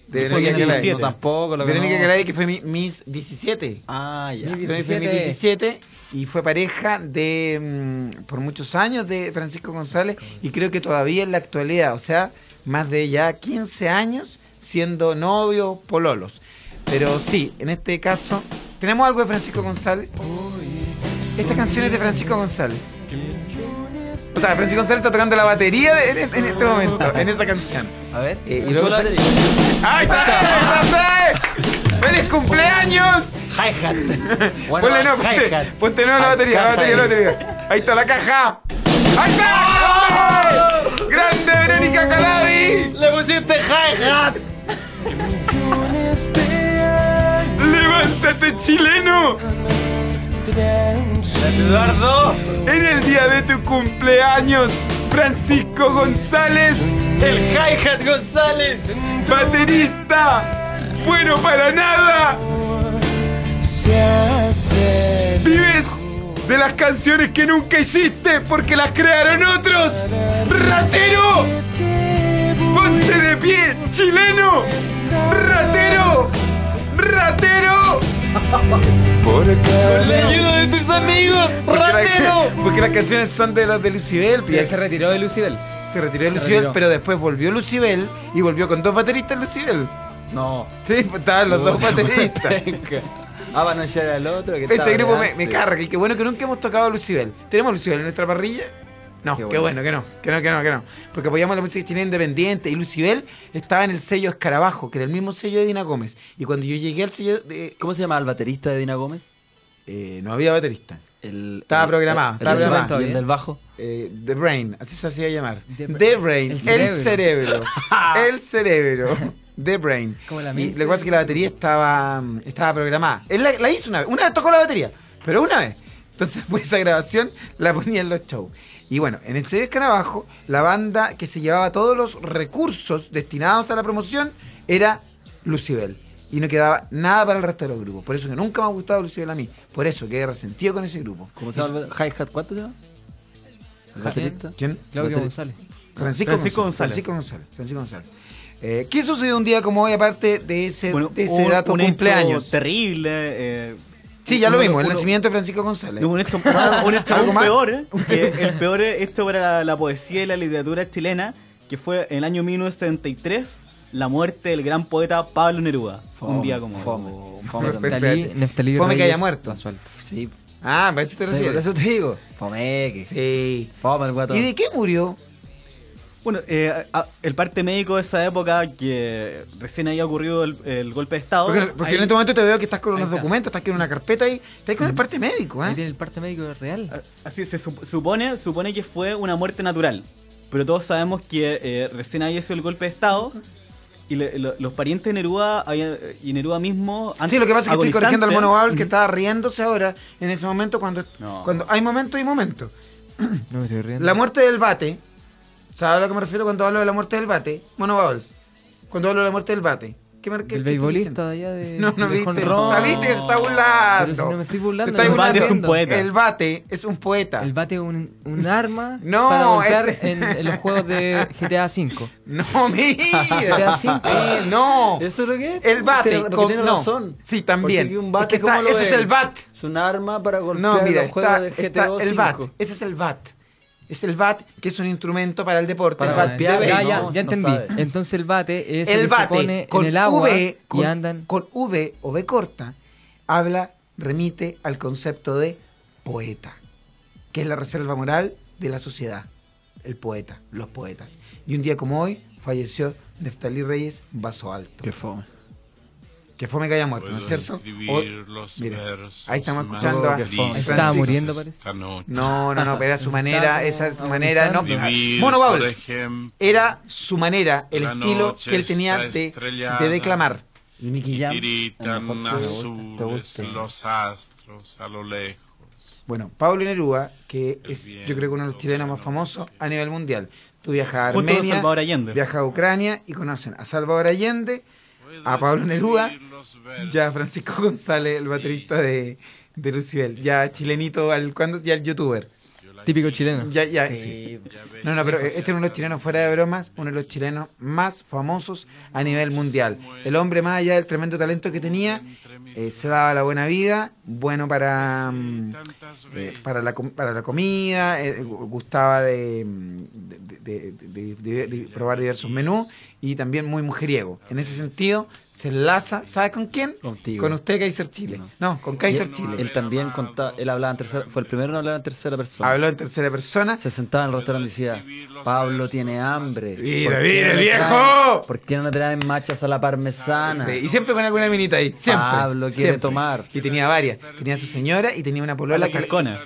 Speaker 1: De
Speaker 4: Yo soy
Speaker 1: Verónica
Speaker 4: el
Speaker 1: Calabi.
Speaker 4: 17.
Speaker 7: No, tampoco, lo que
Speaker 1: Verónica
Speaker 7: no.
Speaker 1: Calabi, que fue mi- Miss 17.
Speaker 7: Ah, ya.
Speaker 3: Mi-
Speaker 1: Fue
Speaker 3: 17.
Speaker 1: 17 y fue pareja de mm, por muchos años de Francisco González y creo que todavía en la actualidad, o sea, más de ya 15 años siendo novios pololos. Pero sí, en este caso tenemos algo de Francisco González. Esta canción es de Francisco González. O sea, Francisco González está tocando la batería de- en, en este momento, en esa canción.
Speaker 7: A ver.
Speaker 1: Eh, y
Speaker 7: Yo
Speaker 1: luego
Speaker 7: la
Speaker 1: sa-
Speaker 7: batería.
Speaker 1: ¡Ahí está! ¡Ahí está! ¡Feliz cumpleaños!
Speaker 7: Hi-hat. Bueno,
Speaker 1: Ponle no,
Speaker 7: hi-hat.
Speaker 1: ponte, ponte no la batería, la batería, la batería. Ahí está la caja. ¡Ahí está! ¡Grande! ¡Grande Verónica Calabi!
Speaker 7: ¡Oh! Le pusiste hi-hat.
Speaker 1: ¡Levántate, chileno!
Speaker 7: Eduardo.
Speaker 1: En el día de tu cumpleaños, Francisco González,
Speaker 7: El hi-hat González.
Speaker 1: baterista, bueno para nada. Vives de las canciones que nunca hiciste porque las crearon otros. ¡Ratero! ¡Ponte de pie, chileno! ¡Ratero! ¡Ratero!
Speaker 7: Con la ayuda de tus amigos. Ratero.
Speaker 1: Porque las canciones son de los de Lucibel. pues,
Speaker 3: Ya se retiró de Lucibel.
Speaker 1: Se retiró
Speaker 3: Se
Speaker 1: Lucibel,
Speaker 3: retiró.
Speaker 1: pero después volvió Lucibel y volvió con dos bateristas Lucibel.
Speaker 7: No.
Speaker 1: Sí, pues, estaban los dos bateristas.
Speaker 7: Venga. Ah, para no llegar al otro. Que estaba
Speaker 1: Ese grupo me,
Speaker 7: delante.
Speaker 1: me carga. Y qué bueno que nunca hemos tocado a Lucibel. ¿Tenemos a Lucibel en nuestra parrilla? No,
Speaker 7: Qué
Speaker 1: qué bueno.
Speaker 7: bueno.
Speaker 1: que no, que no, que no, que no. Porque apoyamos la música chilena independiente y Lucibel estaba en el sello Escarabajo, que era el mismo sello de Dina Gómez. Y cuando yo llegué al sello de...
Speaker 7: ¿Cómo se llama el baterista de Dina Gómez?
Speaker 1: eh, no había baterista.
Speaker 7: El,
Speaker 1: Estaba
Speaker 7: el-
Speaker 1: programado,
Speaker 7: el-
Speaker 1: estaba
Speaker 7: el del-
Speaker 1: programado.
Speaker 7: ¿Y el del bajo?
Speaker 1: Eh, The Brain, así se hacía llamar.
Speaker 3: The
Speaker 1: The,
Speaker 3: Bra-
Speaker 1: Brain,
Speaker 3: el
Speaker 1: el
Speaker 3: cerebro.
Speaker 1: cerebro. el cerebro. The Brain.
Speaker 3: Como la
Speaker 1: Y
Speaker 3: mente.
Speaker 1: lo que pasa es que la batería estaba, mm, estaba programada. Él la, la hizo una vez, una vez tocó la batería, pero una vez. Entonces, pues esa grabación la ponía en los shows. Y bueno, en el Cerebro Escarabajo, la banda que se llevaba todos los recursos destinados a la promoción era Lucibel. Y no quedaba nada para el resto de los grupos. Por eso que nunca me ha gustado Lucibel a mí. Por eso quedé resentido con ese grupo.
Speaker 7: ¿Cómo se llama? el bat- ¿Hi-hat cuánto se llama? ¿El baterista?
Speaker 1: ¿Quién?
Speaker 3: Claudio
Speaker 7: Batería.
Speaker 3: González.
Speaker 1: Francisco,
Speaker 4: Francisco
Speaker 1: González.
Speaker 4: González.
Speaker 1: Francisco González. Francisco González. Eh, ¿Qué sucedió un día como hoy aparte de ese,
Speaker 4: Bueno,
Speaker 1: de ese
Speaker 4: un-
Speaker 1: dato
Speaker 4: un hecho
Speaker 1: cumpleaños?
Speaker 4: terrible. eh,
Speaker 1: Sí, ya lo
Speaker 4: uno-
Speaker 1: vimos, el
Speaker 4: uno-
Speaker 1: nacimiento de Francisco González.
Speaker 4: No, un hecho, un hecho
Speaker 1: ¿Algo
Speaker 4: aún
Speaker 1: más?
Speaker 4: peor, eh, el peor hecho para la, la poesía y la literatura chilena, que fue en el año 1973, la muerte del gran poeta Pablo Neruda. un día como hoy.
Speaker 7: Fome. Fome también.
Speaker 3: Neftalí,
Speaker 1: espérate.
Speaker 3: Neftalí
Speaker 1: Fome que haya
Speaker 3: Reyes
Speaker 1: muerto.
Speaker 3: Basualto.
Speaker 7: Sí,
Speaker 1: Ah, para eso te
Speaker 7: sí, por
Speaker 1: refieres.
Speaker 7: eso te digo. Fome. que-
Speaker 1: Sí.
Speaker 7: Fome el guato.
Speaker 1: ¿Y de qué murió?
Speaker 4: Bueno, eh, a- el parte médico de esa época, que recién había ocurrido el, el golpe de Estado,
Speaker 1: Porque, porque en
Speaker 4: Oh, ahí-
Speaker 1: este momento te veo que estás con
Speaker 3: ahí
Speaker 1: unos
Speaker 3: está.
Speaker 1: documentos, estás con una carpeta y estás con el parte médico,
Speaker 3: Ahí
Speaker 1: ¿eh?
Speaker 3: tiene el parte médico
Speaker 1: Ah.
Speaker 3: real.
Speaker 4: Ah, Así se sup- supone, supone que fue una muerte natural. Pero todos sabemos que eh, recién había sido el golpe de Estado. Y le- lo- los parientes de Neruda había- y Neruda mismo.
Speaker 1: Sí, lo que pasa es que estoy corrigiendo al
Speaker 4: agonizante,
Speaker 1: mono Babel que estaba riéndose ahora en ese momento cuando,
Speaker 4: No.
Speaker 1: cuando hay momento y momento.
Speaker 3: No me estoy riendo.
Speaker 1: La muerte del bate. ¿Sabes a lo que me refiero cuando hablo de la muerte del bate? Mono Bubbles. Cuando hablo de la muerte del bate. ¿Qué marca? qué-
Speaker 3: El
Speaker 1: qué estoy
Speaker 3: beisbolista de allá de.
Speaker 1: diciendo? No, no
Speaker 3: de
Speaker 1: viste.
Speaker 3: Honrón.
Speaker 1: Sabiste, se está
Speaker 3: Pero si
Speaker 1: burlando.
Speaker 3: no me estoy burlando.
Speaker 1: Te
Speaker 4: El
Speaker 1: estáis
Speaker 4: bate es un
Speaker 1: burlando.
Speaker 4: poeta.
Speaker 1: El bate es un poeta.
Speaker 3: El bate es un, un arma
Speaker 1: No,
Speaker 3: para golpear
Speaker 1: ese-
Speaker 3: en, en los juegos de GTA V.
Speaker 1: No,
Speaker 3: Te
Speaker 1: mira.
Speaker 3: da cinco.
Speaker 1: Eh, no.
Speaker 7: ¿Eso es lo que es?
Speaker 1: El bate,
Speaker 7: Tiene- porque
Speaker 1: con-
Speaker 7: tiene
Speaker 1: no.
Speaker 7: razón.
Speaker 1: Sí, también.
Speaker 7: Porque un
Speaker 1: Es
Speaker 7: bate,
Speaker 1: que
Speaker 7: ¿cómo
Speaker 1: está-
Speaker 7: lo
Speaker 1: ese es el bat.
Speaker 7: Es un arma para golpear
Speaker 1: No, mira,
Speaker 7: los juegos
Speaker 1: está,
Speaker 7: de GTA
Speaker 1: está el
Speaker 7: V.
Speaker 1: bat. Ese es el bat. Es el bat, que es un instrumento para el deporte.
Speaker 7: Para
Speaker 1: el bat
Speaker 7: golpear,
Speaker 1: de
Speaker 3: ya,
Speaker 1: béisbol.
Speaker 3: ya,
Speaker 7: no,
Speaker 3: ya
Speaker 7: no
Speaker 3: entendí.
Speaker 7: sabe.
Speaker 3: Entonces el bate es el,
Speaker 1: el
Speaker 3: que se
Speaker 1: bate
Speaker 3: pone
Speaker 1: con
Speaker 3: en el agua
Speaker 1: V, con,
Speaker 3: y andan.
Speaker 1: con V o V corta, habla, remite al concepto de poeta, que es la reserva moral de la sociedad, el poeta, los poetas. Y un día como hoy falleció Neftalí Reyes Vaso Alto,
Speaker 7: Qué fome.
Speaker 1: que fue me caía muerto, ¿no es cierto? O- mira, ahí estamos escuchando a
Speaker 7: que fome.
Speaker 1: Francisco.
Speaker 3: Estaba muriendo, parece.
Speaker 1: No, no, no, pero era su manera, esa es su manera, no.
Speaker 9: Vivir,
Speaker 1: Mono
Speaker 9: por
Speaker 1: Baubles,
Speaker 9: ejemplo,
Speaker 1: era su manera, el
Speaker 9: la
Speaker 1: estilo
Speaker 9: noche
Speaker 1: que él tenía
Speaker 9: está
Speaker 1: de,
Speaker 9: estrellada.
Speaker 1: de declamar.
Speaker 7: Y Nicky Jam. el
Speaker 9: Tiritan
Speaker 7: mejor jugador. Te
Speaker 9: azules
Speaker 7: gusta.
Speaker 9: los astros a lo lejos.
Speaker 1: Bueno, Pablo Neruda, que es
Speaker 9: viento,
Speaker 1: yo creo que uno de los chilenos más famosos a nivel mundial. Tú viajas a
Speaker 4: Junto a
Speaker 1: Armenia,
Speaker 4: Salvador Allende.
Speaker 1: viajas a Ucrania y conocen a Salvador Allende, a Pablo Neruda, ya a Francisco González, el baterista de, de Lucibel, ya chilenito, al cuando ya el youtuber.
Speaker 3: Típico chileno.
Speaker 1: Ya, ya, sí. No, no, pero este es uno de los chilenos fuera de bromas, uno de los chilenos más famosos a nivel mundial. El hombre, más allá del tremendo talento que tenía, eh, se daba la buena vida, bueno para, mm, eh, para, la, com- para la comida, eh, gu- gustaba de, mm, de- de- de- de- de- de probar diversos menús y también muy mujeriego. En ese sentido, se enlaza, ¿sabe con quién?
Speaker 7: Contigo.
Speaker 1: Con usted, Kaiser Chile. No, con Kaiser
Speaker 7: Y-
Speaker 1: Chile.
Speaker 7: Él también contaba, él hablaba en tercera, fue el primero en hablar en tercera persona.
Speaker 1: Habló en tercera persona.
Speaker 7: Se sentaba en el restaurante y decía, Pablo tiene hambre.
Speaker 1: Mira,
Speaker 7: ¿Por qué
Speaker 1: mira,
Speaker 7: no le
Speaker 1: viejo!
Speaker 7: traen- ¿Por qué no le traen machas a la parmesana?
Speaker 1: Sí, y siempre con alguna minita ahí, siempre.
Speaker 7: Pablo quiere
Speaker 1: siempre.
Speaker 7: tomar.
Speaker 1: Y tenía varias. Tenía a su señora y tenía una polola.
Speaker 4: La
Speaker 1: que-
Speaker 4: chascona.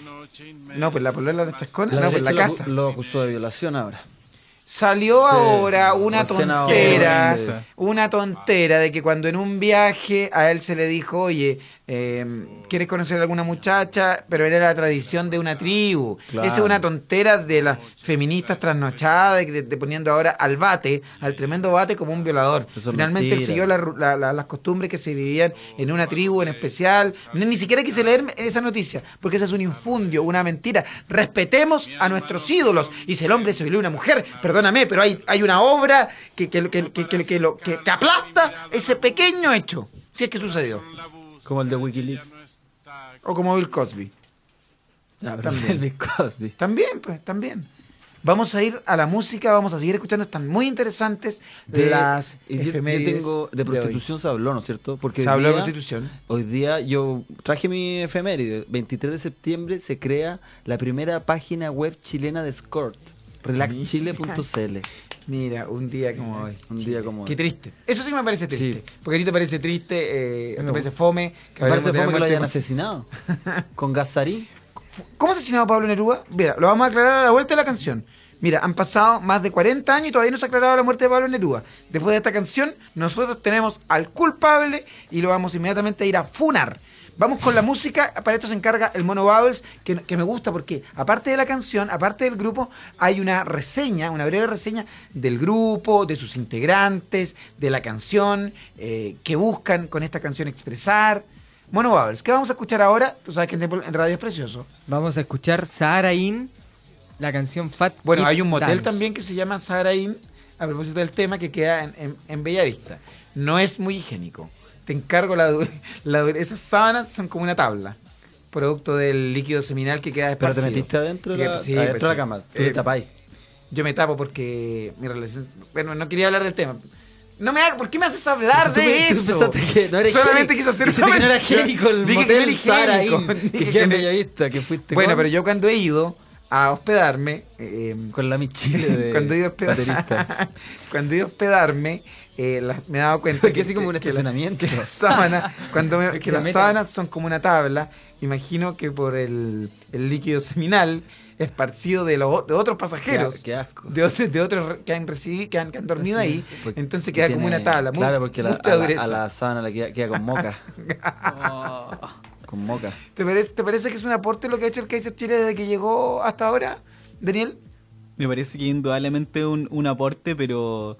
Speaker 1: No, pues la polola de la chascona,
Speaker 7: La
Speaker 1: no, pues
Speaker 7: derecha
Speaker 1: la
Speaker 7: lo-
Speaker 1: casa.
Speaker 7: Lo acusó de violación ahora.
Speaker 1: Salió
Speaker 7: Sí,
Speaker 1: ahora una
Speaker 7: recién ahora,
Speaker 1: tontera,
Speaker 4: sí.
Speaker 1: una tontera de que cuando en un viaje a él se le dijo, oye, eh, ¿quieres conocer a alguna muchacha? Pero era la tradición de una tribu.
Speaker 7: Claro.
Speaker 1: Esa es una tontera de las feministas trasnochadas, de, de poniendo ahora al bate, al tremendo bate como un violador.
Speaker 7: Eso es
Speaker 1: Finalmente él
Speaker 7: mentira.
Speaker 1: siguió la ru- la- la- las costumbres que se vivían en una tribu en especial. Ni, ni siquiera quise leer esa noticia, porque esa es un infundio, una mentira. Respetemos a nuestros ídolos. Y si el hombre se violó a una mujer, perdóname, pero hay, hay una obra que, que, que, que, que- que lo- que- que aplasta ese pequeño hecho. Si es que sucedió.
Speaker 7: Como el de Wikileaks.
Speaker 1: O como Bill Cosby.
Speaker 7: Ah, pero
Speaker 1: También.
Speaker 7: Elvis Cosby.
Speaker 1: También, pues, también. Vamos a ir a la música, vamos a seguir escuchando, están muy interesantes
Speaker 7: De-
Speaker 1: las
Speaker 7: y yo- yo
Speaker 1: efemérides
Speaker 7: tengo- de
Speaker 1: hoy.
Speaker 7: prostitución se habló, ¿no es cierto? Porque
Speaker 1: Se
Speaker 7: hoy
Speaker 1: habló de
Speaker 7: día-
Speaker 1: prostitución.
Speaker 7: Hoy día yo traje mi efeméride. 23 de septiembre se crea la primera página web chilena de Escort. Relaxchile.cl.
Speaker 1: Mira, un día como hoy.
Speaker 7: Un día como hoy.
Speaker 1: Qué triste. Eso sí me parece triste.
Speaker 7: Sí.
Speaker 1: Porque a ti te parece triste, eh, te
Speaker 3: No.
Speaker 1: parece fome. que
Speaker 7: Me parece
Speaker 1: hablemos de la
Speaker 7: fome que lo
Speaker 1: muerte.
Speaker 7: hayan asesinado. Con Gazarí.
Speaker 1: ¿Cómo asesinado a Pablo Neruda? Mira, lo vamos a aclarar a la vuelta de la canción. Mira, han pasado más de 40 años y todavía no se ha aclarado la muerte de Pablo Neruda. Después de esta canción, nosotros tenemos al culpable y lo vamos inmediatamente a ir a funar. Vamos con la música, para esto se encarga el Mono Bubbles, que, que me gusta porque aparte de la canción, aparte del grupo, hay una reseña, una breve reseña del grupo, de sus integrantes, de la canción, eh, que buscan con esta canción expresar. Mono Bubbles, ¿qué vamos a escuchar ahora? Tú sabes que en Tempo- en radio es precioso.
Speaker 3: Vamos a escuchar Sahara In, la canción Fat
Speaker 1: Bueno,
Speaker 3: Kid
Speaker 1: hay un motel
Speaker 3: Dance.
Speaker 1: también que se llama Saharaín, a propósito del tema, que queda en, en, en Bellavista. No es muy higiénico. Te encargo la, du- la du- Esas sábanas son como una tabla, producto del líquido seminal que queda
Speaker 7: Pero te
Speaker 1: esparcido.
Speaker 7: metiste adentro de la,
Speaker 1: Sí,
Speaker 7: adentro
Speaker 1: pues
Speaker 7: de la
Speaker 1: sí.
Speaker 7: cama. Tú
Speaker 1: Eh,
Speaker 7: te tapáis.
Speaker 1: Yo me tapo porque mi relación... Bueno, no quería hablar del tema. No me hagas... ¿Por qué me haces hablar
Speaker 7: Pero tú
Speaker 1: de
Speaker 7: me- tú
Speaker 1: eso?
Speaker 7: pensaste que no era
Speaker 1: Solamente
Speaker 7: higiénico.
Speaker 1: quiso hacer
Speaker 7: Dijiste que no era
Speaker 1: mención.
Speaker 7: higiénico el
Speaker 1: Dije
Speaker 7: motel
Speaker 1: que no era higiénico.
Speaker 7: Saharaín, que
Speaker 1: Dije
Speaker 7: queda en
Speaker 1: no-
Speaker 7: Bellavista, que fuiste
Speaker 1: Bueno,
Speaker 7: con-
Speaker 1: pero yo cuando he ido a hospedarme... eh,
Speaker 7: Con la michile de
Speaker 1: cuando he ido a
Speaker 7: baterista.
Speaker 1: hospedar- cuando he ido a hospedarme, eh, las- me he dado cuenta
Speaker 7: Porque así como un
Speaker 1: que la-
Speaker 7: estacionamiento.
Speaker 1: que las sábanas, cuando me- que
Speaker 7: se
Speaker 1: las
Speaker 7: metan.
Speaker 1: sábanas son como una tabla, imagino que por el, el líquido seminal esparcido de, los, de otros pasajeros,
Speaker 7: Qué- qué asco.
Speaker 1: de, otros, de otros re- que han recibido, que han, que han dormido ahí,
Speaker 7: Porque
Speaker 1: entonces queda como
Speaker 7: tiene-
Speaker 1: una tabla, mu-
Speaker 7: Claro, porque la-
Speaker 1: mucha
Speaker 7: a, la,
Speaker 1: dureza.
Speaker 7: a la sábana la queda, queda con moca. Oh. Con moca.
Speaker 1: ¿Te, parece, ¿Te parece que es un aporte lo que ha hecho el Kaiser Chile desde que llegó hasta ahora, Daniel?
Speaker 4: Me parece que indudablemente un, un aporte, pero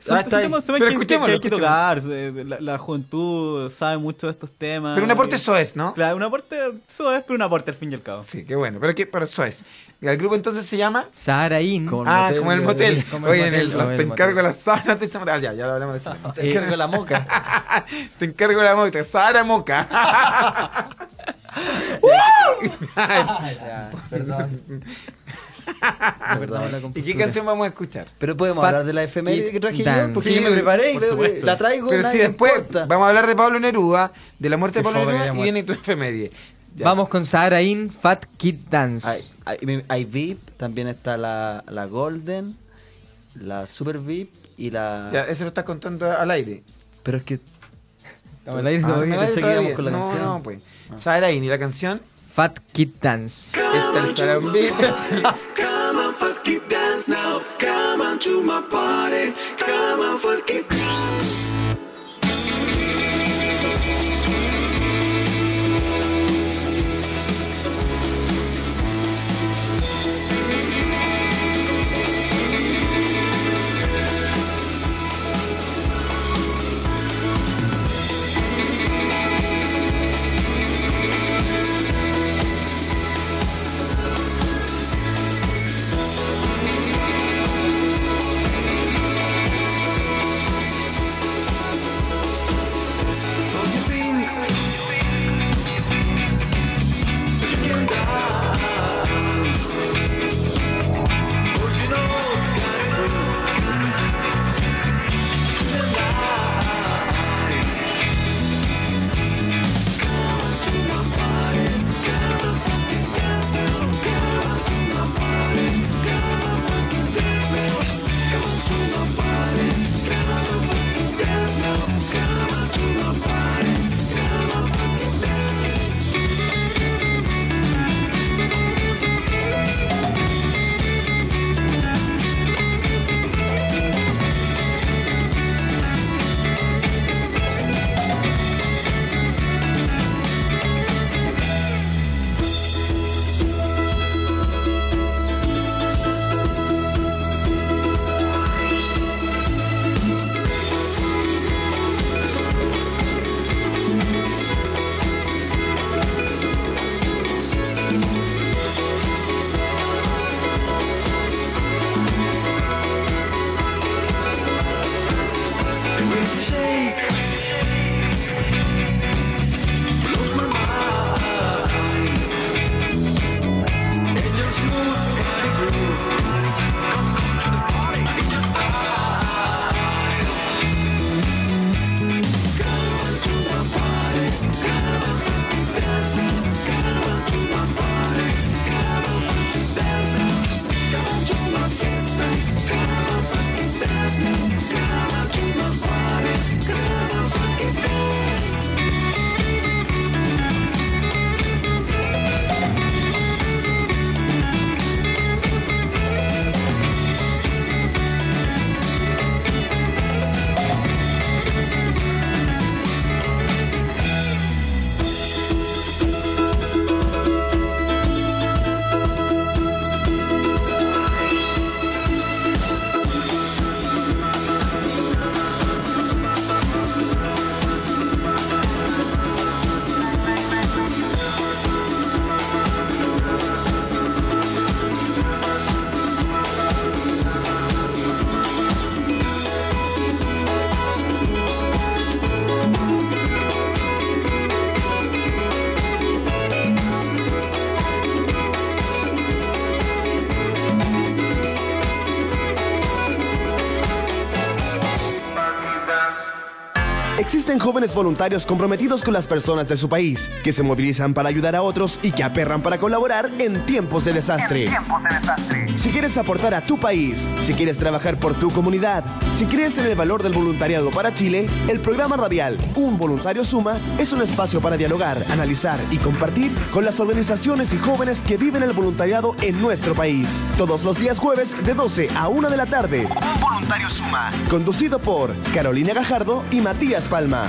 Speaker 4: Son-
Speaker 7: Ah,
Speaker 4: son
Speaker 7: está ahí.
Speaker 4: temas- se ven
Speaker 1: Pero
Speaker 4: que- que-
Speaker 1: escuchémoslo,
Speaker 4: que hay que tocar. eh, La, la juventud sabe mucho de estos temas.
Speaker 7: Ah,
Speaker 1: Pero un aporte
Speaker 4: y-
Speaker 1: eso es, ¿no?
Speaker 4: Claro, un aporte eso es, pero un aporte al fin y al cabo.
Speaker 1: Sí, qué bueno. Pero, qué, pero eso es. El grupo entonces se llama.
Speaker 3: Saharaín.
Speaker 7: Como el
Speaker 1: ah,
Speaker 7: motel
Speaker 1: como el
Speaker 7: de-
Speaker 1: motel.
Speaker 3: como el
Speaker 1: Oye, en
Speaker 3: motel,
Speaker 1: el-
Speaker 3: como
Speaker 1: los-
Speaker 3: el
Speaker 1: te
Speaker 3: motel.
Speaker 1: encargo las sábanas de Zamora. Ah, ya, ya lo hablamos de Zamora.
Speaker 7: Te encargo Eh, la moca.
Speaker 1: Te encargo la moca. Sara Moca.
Speaker 7: Perdón.
Speaker 3: Perdón, la
Speaker 1: ¿eh? ¿Y qué
Speaker 3: compostura.
Speaker 1: canción vamos a escuchar?
Speaker 7: Pero podemos
Speaker 3: Fat
Speaker 7: hablar de la efeméride
Speaker 3: Kid
Speaker 7: que traje yo,
Speaker 3: Dance.
Speaker 7: porque
Speaker 1: Sí,
Speaker 7: yo me preparé y
Speaker 1: por
Speaker 7: veo que
Speaker 1: supuesto.
Speaker 7: la traigo.
Speaker 1: Pero
Speaker 7: nadie
Speaker 1: si
Speaker 7: le
Speaker 1: después
Speaker 7: importa.
Speaker 1: vamos a hablar de Pablo Neruda, de la muerte de
Speaker 7: Qué
Speaker 1: Pablo
Speaker 7: fome que
Speaker 1: Neruda,
Speaker 7: haya
Speaker 1: y viene tu efeméride. Ya.
Speaker 3: Vamos con Saharaín Fat Kid Dance.
Speaker 7: Hay, hay- me- hay VIP, también está la, la Golden, la Super VIP y la.
Speaker 1: Ya, eso lo estás contando al aire.
Speaker 7: Pero es que.
Speaker 3: Estamos al aire
Speaker 1: Ah,
Speaker 3: todavía.
Speaker 1: al aire
Speaker 7: pensé que
Speaker 1: todavía.
Speaker 7: íbamos con la
Speaker 1: no,
Speaker 7: canción. Ah.
Speaker 1: no, pues. Sara y la canción.
Speaker 3: Fat Kid Dance.
Speaker 1: Está el Sarambí.
Speaker 9: Come on, fuck it, dance now. Come on to my party. Come on, fuck it. So you think you can dance? Or you know that will tonight? Come on to my party, come on fucking dance now. Come on to my party, come on fucking dance now. Come on to my party, come on fucking dance now. Come on to my party, come on fucking dance.
Speaker 2: Existen jóvenes voluntarios comprometidos con las personas de su país, que se movilizan para ayudar a otros y que aperran para colaborar en tiempos de desastre. Si quieres aportar a tu país, si quieres trabajar por tu comunidad, si crees en el valor del voluntariado para Chile, el programa radial Un Voluntario Suma es un espacio para dialogar, analizar y compartir con las organizaciones y jóvenes que viven el voluntariado en nuestro país. Todos los días jueves de 12 a 1 de la tarde. Un Voluntario Suma. Conducido por Carolina Gajardo y Matías Palma.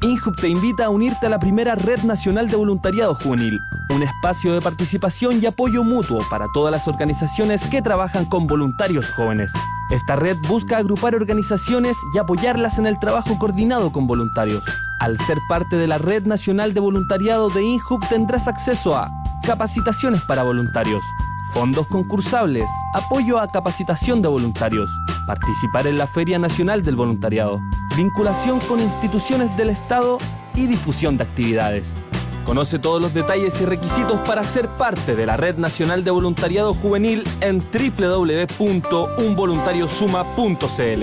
Speaker 10: INJUB te invita a unirte a la primera Red Nacional de Voluntariado Juvenil, un espacio de participación y apoyo mutuo para todas las organizaciones que trabajan con voluntarios jóvenes. Esta red busca agrupar organizaciones y apoyarlas en el trabajo coordinado con voluntarios. Al ser parte de la Red Nacional de Voluntariado de INJUB tendrás acceso a capacitaciones para voluntarios, fondos concursables, apoyo a capacitación de voluntarios, participar en la Feria Nacional del Voluntariado, vinculación con instituciones del Estado y difusión de actividades. Conoce todos los detalles y requisitos para ser parte de la Red Nacional de Voluntariado Juvenil en www.unvoluntariosuma.cl.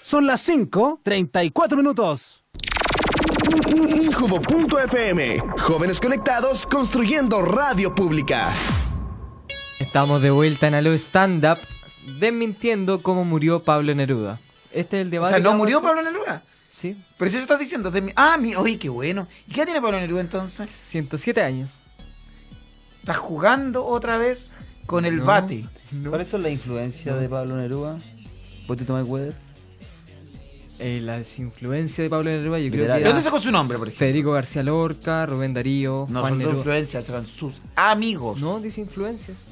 Speaker 11: Son las 5, 34 minutos.
Speaker 2: Incubo.fm. Jóvenes conectados construyendo radio pública.
Speaker 3: Estamos de vuelta en Aló Stand Up, desmintiendo cómo murió Pablo Neruda. Este es el
Speaker 1: O
Speaker 3: debate.
Speaker 1: sea,
Speaker 3: que
Speaker 1: ¿no
Speaker 3: vamos a
Speaker 1: murió
Speaker 3: hacer.
Speaker 1: Pablo Neruda?
Speaker 3: Sí.
Speaker 1: Pero si eso estás diciendo. de mi- Ah, mi... oye, qué bueno. ¿Y qué edad tiene Pablo Neruda entonces?
Speaker 3: 107 años.
Speaker 1: Está jugando otra vez con el
Speaker 7: No.
Speaker 1: bate.
Speaker 7: ¿Cuál es la influencia de Pablo Neruda? ¿Vos te tomás Weather?
Speaker 3: Eh, las influencias de Pablo Neruda, yo creo
Speaker 7: Literaria.
Speaker 3: que.
Speaker 7: ¿De dónde sacó su nombre, por ejemplo?
Speaker 3: Federico García Lorca, Rubén Darío.
Speaker 1: No, son
Speaker 3: Juan
Speaker 1: sus
Speaker 3: Neruda.
Speaker 1: influencias, eran sus amigos.
Speaker 3: No, dice influencias.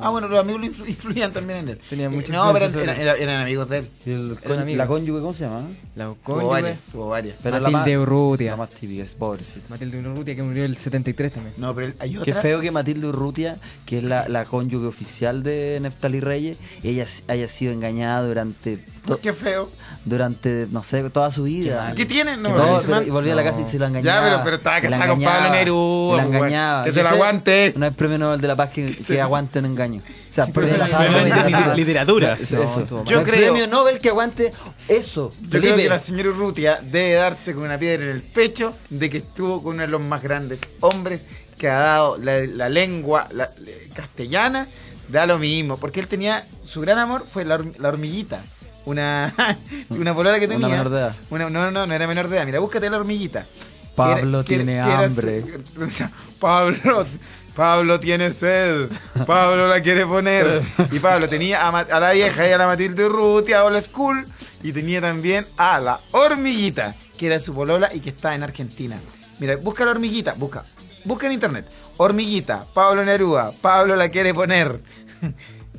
Speaker 1: Ah, bueno, los amigos lo influ- influían también en él.
Speaker 3: Tenía mucha
Speaker 1: No, pero eran,
Speaker 3: influencia sobre-
Speaker 1: eran- eran amigos de él.
Speaker 7: Con-
Speaker 3: amigos.
Speaker 7: la cónyuge, ¿cómo se llama?
Speaker 3: La
Speaker 1: Tuvo varias, tuvo varias.
Speaker 3: Matilde Urrutia.
Speaker 7: La más típica, es pobrecita.
Speaker 3: eh, Matilde Urrutia, que murió el 73 también.
Speaker 1: No, pero hay
Speaker 7: Qué feo que Matilde Urrutia, que es la, la cónyuge oficial de Neftalí Reyes, ella s- haya sido engañada durante to-
Speaker 1: Qué feo.
Speaker 7: durante no sé toda su vida.
Speaker 1: ¿Qué tiene? No,
Speaker 7: No,
Speaker 1: pero
Speaker 7: se-
Speaker 1: ese man-
Speaker 7: y volvía a la
Speaker 1: No.
Speaker 7: casa y se la
Speaker 1: Ya,
Speaker 7: engañaba.
Speaker 1: pero- pero estaba
Speaker 7: y la
Speaker 1: casada con
Speaker 7: engañaba,
Speaker 1: Pablo Neruda,
Speaker 7: y La
Speaker 1: pues, weón.
Speaker 7: engañaba.
Speaker 1: Que se la
Speaker 7: Ese
Speaker 1: aguante.
Speaker 7: No es premio Nobel de la Paz que, que aguante un engaño. O sea, premio
Speaker 4: Ah,
Speaker 1: Pero-
Speaker 7: Nobel de la
Speaker 1: Literatura.
Speaker 7: Paz.
Speaker 1: Literatura.
Speaker 7: Eso,
Speaker 1: No,
Speaker 7: eso.
Speaker 1: estuvo mal.
Speaker 7: No
Speaker 1: Yo
Speaker 7: es
Speaker 1: creo-
Speaker 7: premio Nobel que aguante eso.
Speaker 1: Yo creo
Speaker 7: Felipe.
Speaker 1: que la señora Urrutia debe darse con una piedra en el pecho de que estuvo con uno de los más grandes hombres que ha dado la, la lengua la- eh, castellana. Da lo mismo, porque él tenía, su gran amor fue la, horm- la hormiguita. Una, una polola que
Speaker 7: Una
Speaker 1: tenía.
Speaker 7: menor de edad.
Speaker 1: Una- no, no, no era menor de edad. Mira, búscate la hormiguita.
Speaker 7: Pablo tiene
Speaker 1: era-
Speaker 7: hambre.
Speaker 1: Pablo, Pablo tiene sed. Pablo la quiere poner. Y Pablo tenía a, Ma- a la vieja y a la Matilde Urrutia, a Old School. Y tenía también a la hormiguita, que era su polola y que está en Argentina. Mira, busca la hormiguita, busca. Busca en internet. Hormiguita, Pablo Neruda, Pablo la quiere poner.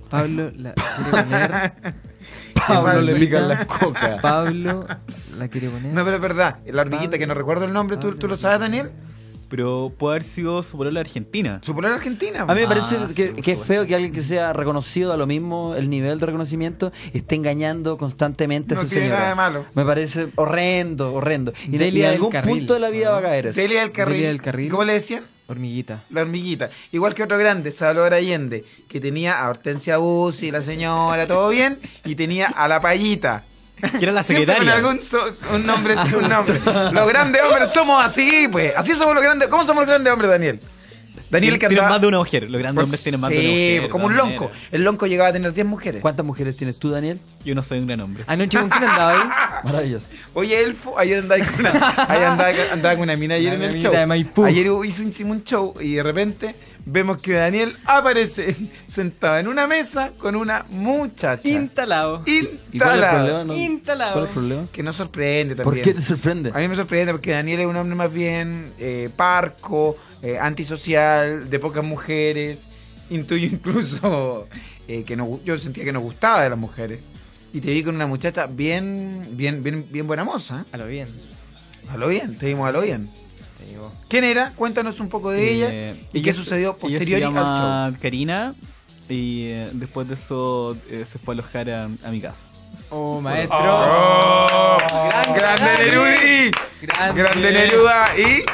Speaker 3: Pablo la quiere poner.
Speaker 1: Pablo le pican
Speaker 3: la
Speaker 1: las cocas.
Speaker 3: Pablo la quiere poner.
Speaker 1: No, pero es verdad. La hormiguita, que no recuerdo el nombre, ¿tú, tú lo sabes, Daniel?
Speaker 4: Pero puede haber sido su polola argentina.
Speaker 1: Su polola argentina.
Speaker 7: A mí me parece que, que es feo que alguien que sea reconocido a lo mismo, el nivel de reconocimiento, esté engañando constantemente a
Speaker 1: No
Speaker 7: su
Speaker 1: tiene
Speaker 7: señora.
Speaker 1: nada de malo.
Speaker 7: Me parece horrendo, horrendo. Y de- y en
Speaker 3: Delia del
Speaker 7: algún
Speaker 3: Carril,
Speaker 7: punto de la vida
Speaker 3: ¿no?
Speaker 7: va a caer eso.
Speaker 1: Delia del Carril.
Speaker 3: Delia del Carril.
Speaker 1: ¿Cómo le decían?
Speaker 3: Hormiguita.
Speaker 1: La hormiguita. Igual que otro grande, Salvador Allende, que tenía a Hortensia Bussi, la señora, todo bien, y tenía a la payita.
Speaker 4: Que era la
Speaker 1: Siempre
Speaker 4: secretaria.
Speaker 1: con algún so- un nombre, sí, un nombre. Los grandes hombres somos así, pues. Así somos los grandes. ¿Cómo somos los grandes hombres, Daniel? Daniel
Speaker 4: Tienen-
Speaker 1: que
Speaker 4: tienen
Speaker 1: andaba-
Speaker 4: más de una mujer. Los grandes
Speaker 1: Por-
Speaker 4: hombres tienen más
Speaker 1: sí, pues,
Speaker 4: de una mujer. de
Speaker 1: como un
Speaker 4: todas
Speaker 1: lonco.
Speaker 4: maneras.
Speaker 1: El lonco llegaba a tener 10 mujeres.
Speaker 7: ¿Cuántas mujeres tienes tú, Daniel?
Speaker 4: Yo no soy un gran hombre.
Speaker 1: Ah,
Speaker 3: Anoche Ah, con quién andaba ahí?
Speaker 7: Maravilloso.
Speaker 1: Oye, Elfo, ayer andaba con una, ayer andaba, con- andaba con una mina ayer
Speaker 3: La
Speaker 1: en el
Speaker 3: minita
Speaker 1: show.
Speaker 3: de Maipú.
Speaker 1: Ayer hubo- hizo, hicimos un show y de repente vemos que Daniel aparece sentado en una mesa con una muchacha.
Speaker 3: Instalado.
Speaker 7: ¿Y cuál es el
Speaker 1: Instalado.
Speaker 7: problema? No-
Speaker 3: Instalado.
Speaker 7: ¿Cuál es el problema?
Speaker 1: Que nos sorprende
Speaker 7: ¿Por
Speaker 1: también.
Speaker 7: qué te sorprende?
Speaker 1: A mí me sorprende porque Daniel es un hombre más bien eh, parco, eh, antisocial, de pocas mujeres. Intuyo incluso eh, que no, gu- yo sentía que no gustaba de las mujeres. Y te vi con una muchacha bien, bien, bien, bien buena moza.
Speaker 3: A lo bien.
Speaker 1: A lo bien, te vimos a lo bien.
Speaker 3: Te digo.
Speaker 1: ¿Quién era? Cuéntanos un poco de ella
Speaker 4: Eh,
Speaker 1: y
Speaker 4: ella
Speaker 1: qué
Speaker 4: se-
Speaker 1: sucedió
Speaker 4: ella
Speaker 1: posterior
Speaker 4: se
Speaker 1: al show.
Speaker 4: llama Karina. Y eh, después de eso eh, se fue a alojar a, a mi casa.
Speaker 3: Oh, maestro.
Speaker 1: ¡Oh!
Speaker 3: Gran-
Speaker 1: ¡Grande
Speaker 3: grande.
Speaker 1: Nerudi!
Speaker 3: Grande.
Speaker 1: ¡Grande Neruda! Y...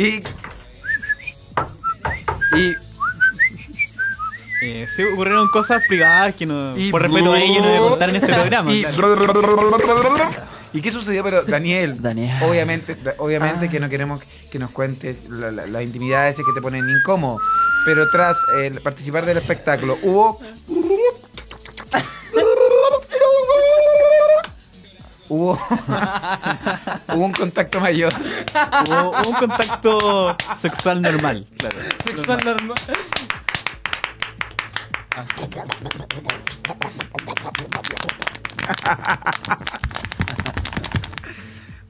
Speaker 1: Y... Y...
Speaker 4: Eh, sí, ocurrieron cosas privadas que no, por respeto a ella no voy a contar en este programa.
Speaker 1: Y,
Speaker 4: claro.
Speaker 1: ¿Y qué sucedió? Pero Daniel, obviamente, da- obviamente que no queremos que nos cuentes la- la- las intimidades que te ponen incómodo. Pero tras el participar del espectáculo, hubo. Hubo, hubo un contacto mayor.
Speaker 4: Hubo, hubo un contacto sexual normal. Claro.
Speaker 3: Sexual normal.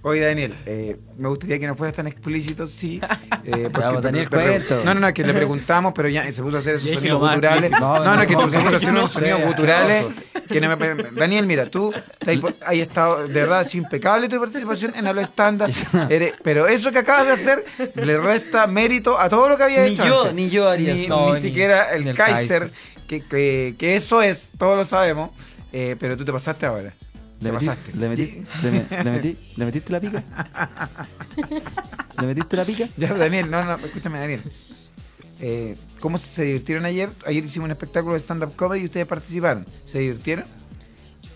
Speaker 1: Oye, Daniel, eh, me gustaría que no fueras tan explícito, sí. eh, porque
Speaker 7: Ya,
Speaker 1: te-
Speaker 7: pues, Daniel,
Speaker 1: te pregun-
Speaker 7: cuento.
Speaker 1: No, no, no, que le preguntamos, pero ya se puso a hacer esos
Speaker 7: Y ahí
Speaker 1: sonidos
Speaker 7: filomar.
Speaker 1: guturales.
Speaker 7: No,
Speaker 1: No, no,
Speaker 7: no,
Speaker 1: que te- se puso a hacer
Speaker 7: no,
Speaker 1: unos
Speaker 7: no,
Speaker 1: sonidos
Speaker 7: sea,
Speaker 1: guturales.
Speaker 7: asqueroso.
Speaker 1: Que no me pre- Daniel, mira, tú te has po- has estado, de verdad, ha sido impecable tu participación en Halo Estándar. Eres- Pero eso que acabas de hacer le resta mérito a todo lo que había
Speaker 7: Ni
Speaker 1: hecho.
Speaker 7: yo-
Speaker 1: antes.
Speaker 7: ni yo haría
Speaker 1: Ni,
Speaker 7: eso. No,
Speaker 1: ni
Speaker 7: ni-
Speaker 1: siquiera el,
Speaker 7: ni el
Speaker 1: Kaiser,
Speaker 7: Kaiser.
Speaker 1: Que, que- que eso es, todos lo sabemos. eh, pero tú te pasaste ahora.
Speaker 7: ¿Le
Speaker 1: te
Speaker 7: metí-
Speaker 1: pasaste.
Speaker 7: le metí- le me- le metí- le metiste la pica? ¿Le metiste la pica?
Speaker 1: Ya, Daniel, no, no, escúchame, Daniel. Eh, ¿Cómo se divirtieron ayer? Ayer hicimos un espectáculo de stand-up comedy y ustedes participaron. ¿Se divirtieron?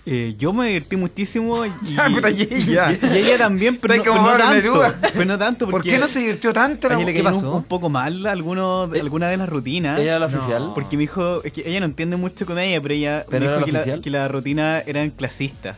Speaker 4: Eh, yo me divertí muchísimo y,
Speaker 1: Ah, puta, y ella.
Speaker 4: y- y ella también, pero no,
Speaker 1: Está ahí como
Speaker 4: pero no
Speaker 1: Pablo Neruda.
Speaker 4: tanto, pero no tanto.
Speaker 1: ¿Por
Speaker 4: Porque
Speaker 1: qué no se divirtió tanto?
Speaker 4: a
Speaker 1: la-
Speaker 4: ella le
Speaker 1: ¿Qué
Speaker 4: cayó un,
Speaker 1: pasó?
Speaker 4: un poco mal alguno, de- alguna de las rutinas.
Speaker 7: Eh, ¿Ella era la
Speaker 4: No.
Speaker 7: oficial?
Speaker 4: Porque me dijo, es que ella no entiende mucho con ella, pero ella
Speaker 7: ¿Pero
Speaker 4: me
Speaker 7: era
Speaker 4: dijo
Speaker 7: la
Speaker 4: que, la,
Speaker 7: oficial?
Speaker 4: que la rutina eran clasistas.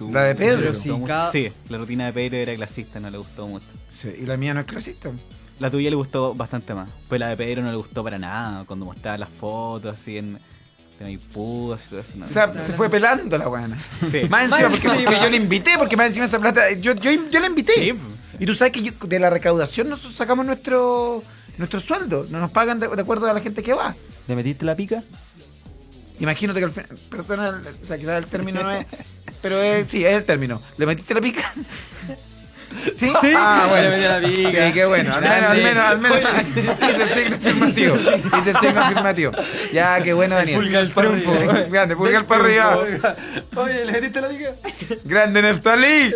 Speaker 4: Uh,
Speaker 1: ¿La de Pedro?
Speaker 4: No le gustó
Speaker 1: Sí,
Speaker 4: mucho.
Speaker 1: cada-
Speaker 4: Sí, la rutina de Pedro era clasista, no le gustó mucho.
Speaker 1: Sí, y la mía no es clasista.
Speaker 4: La tuya le gustó bastante más. Pues la de Pedro no le gustó para nada, cuando mostraba las fotos así en... de Maipú, así todo eso. no.
Speaker 1: O sea, se fue pelando la buena.
Speaker 4: Sí.
Speaker 1: Más encima,
Speaker 4: Más
Speaker 1: porque, porque
Speaker 4: encima.
Speaker 1: yo le invité, porque más encima esa plata. Yo, yo, yo la invité.
Speaker 4: Sí,
Speaker 1: Y tú sabes que yo- de la recaudación nosotros sacamos nuestro nuestro sueldo. No nos pagan de, de acuerdo a la gente que va.
Speaker 7: ¿Le metiste la pica?
Speaker 1: Imagínate que al final. Perdona, o sea, quizás el término no es. Pero es- sí, es el término. ¿Le metiste la pica? ¿Sí?
Speaker 9: Sí.
Speaker 1: Ah, bueno.
Speaker 9: Le metí la pica.
Speaker 1: Sí, qué bueno. Al menos, al
Speaker 9: Grande.
Speaker 1: menos, al menos. Hice el signo afirmativo. Hice el signo afirmativo. Ya, qué bueno, Daniel. Pulga al triunfo. Grande, pulgar para arriba.
Speaker 7: Oye, ¿le metiste la pica?
Speaker 1: Grande, Neftalí.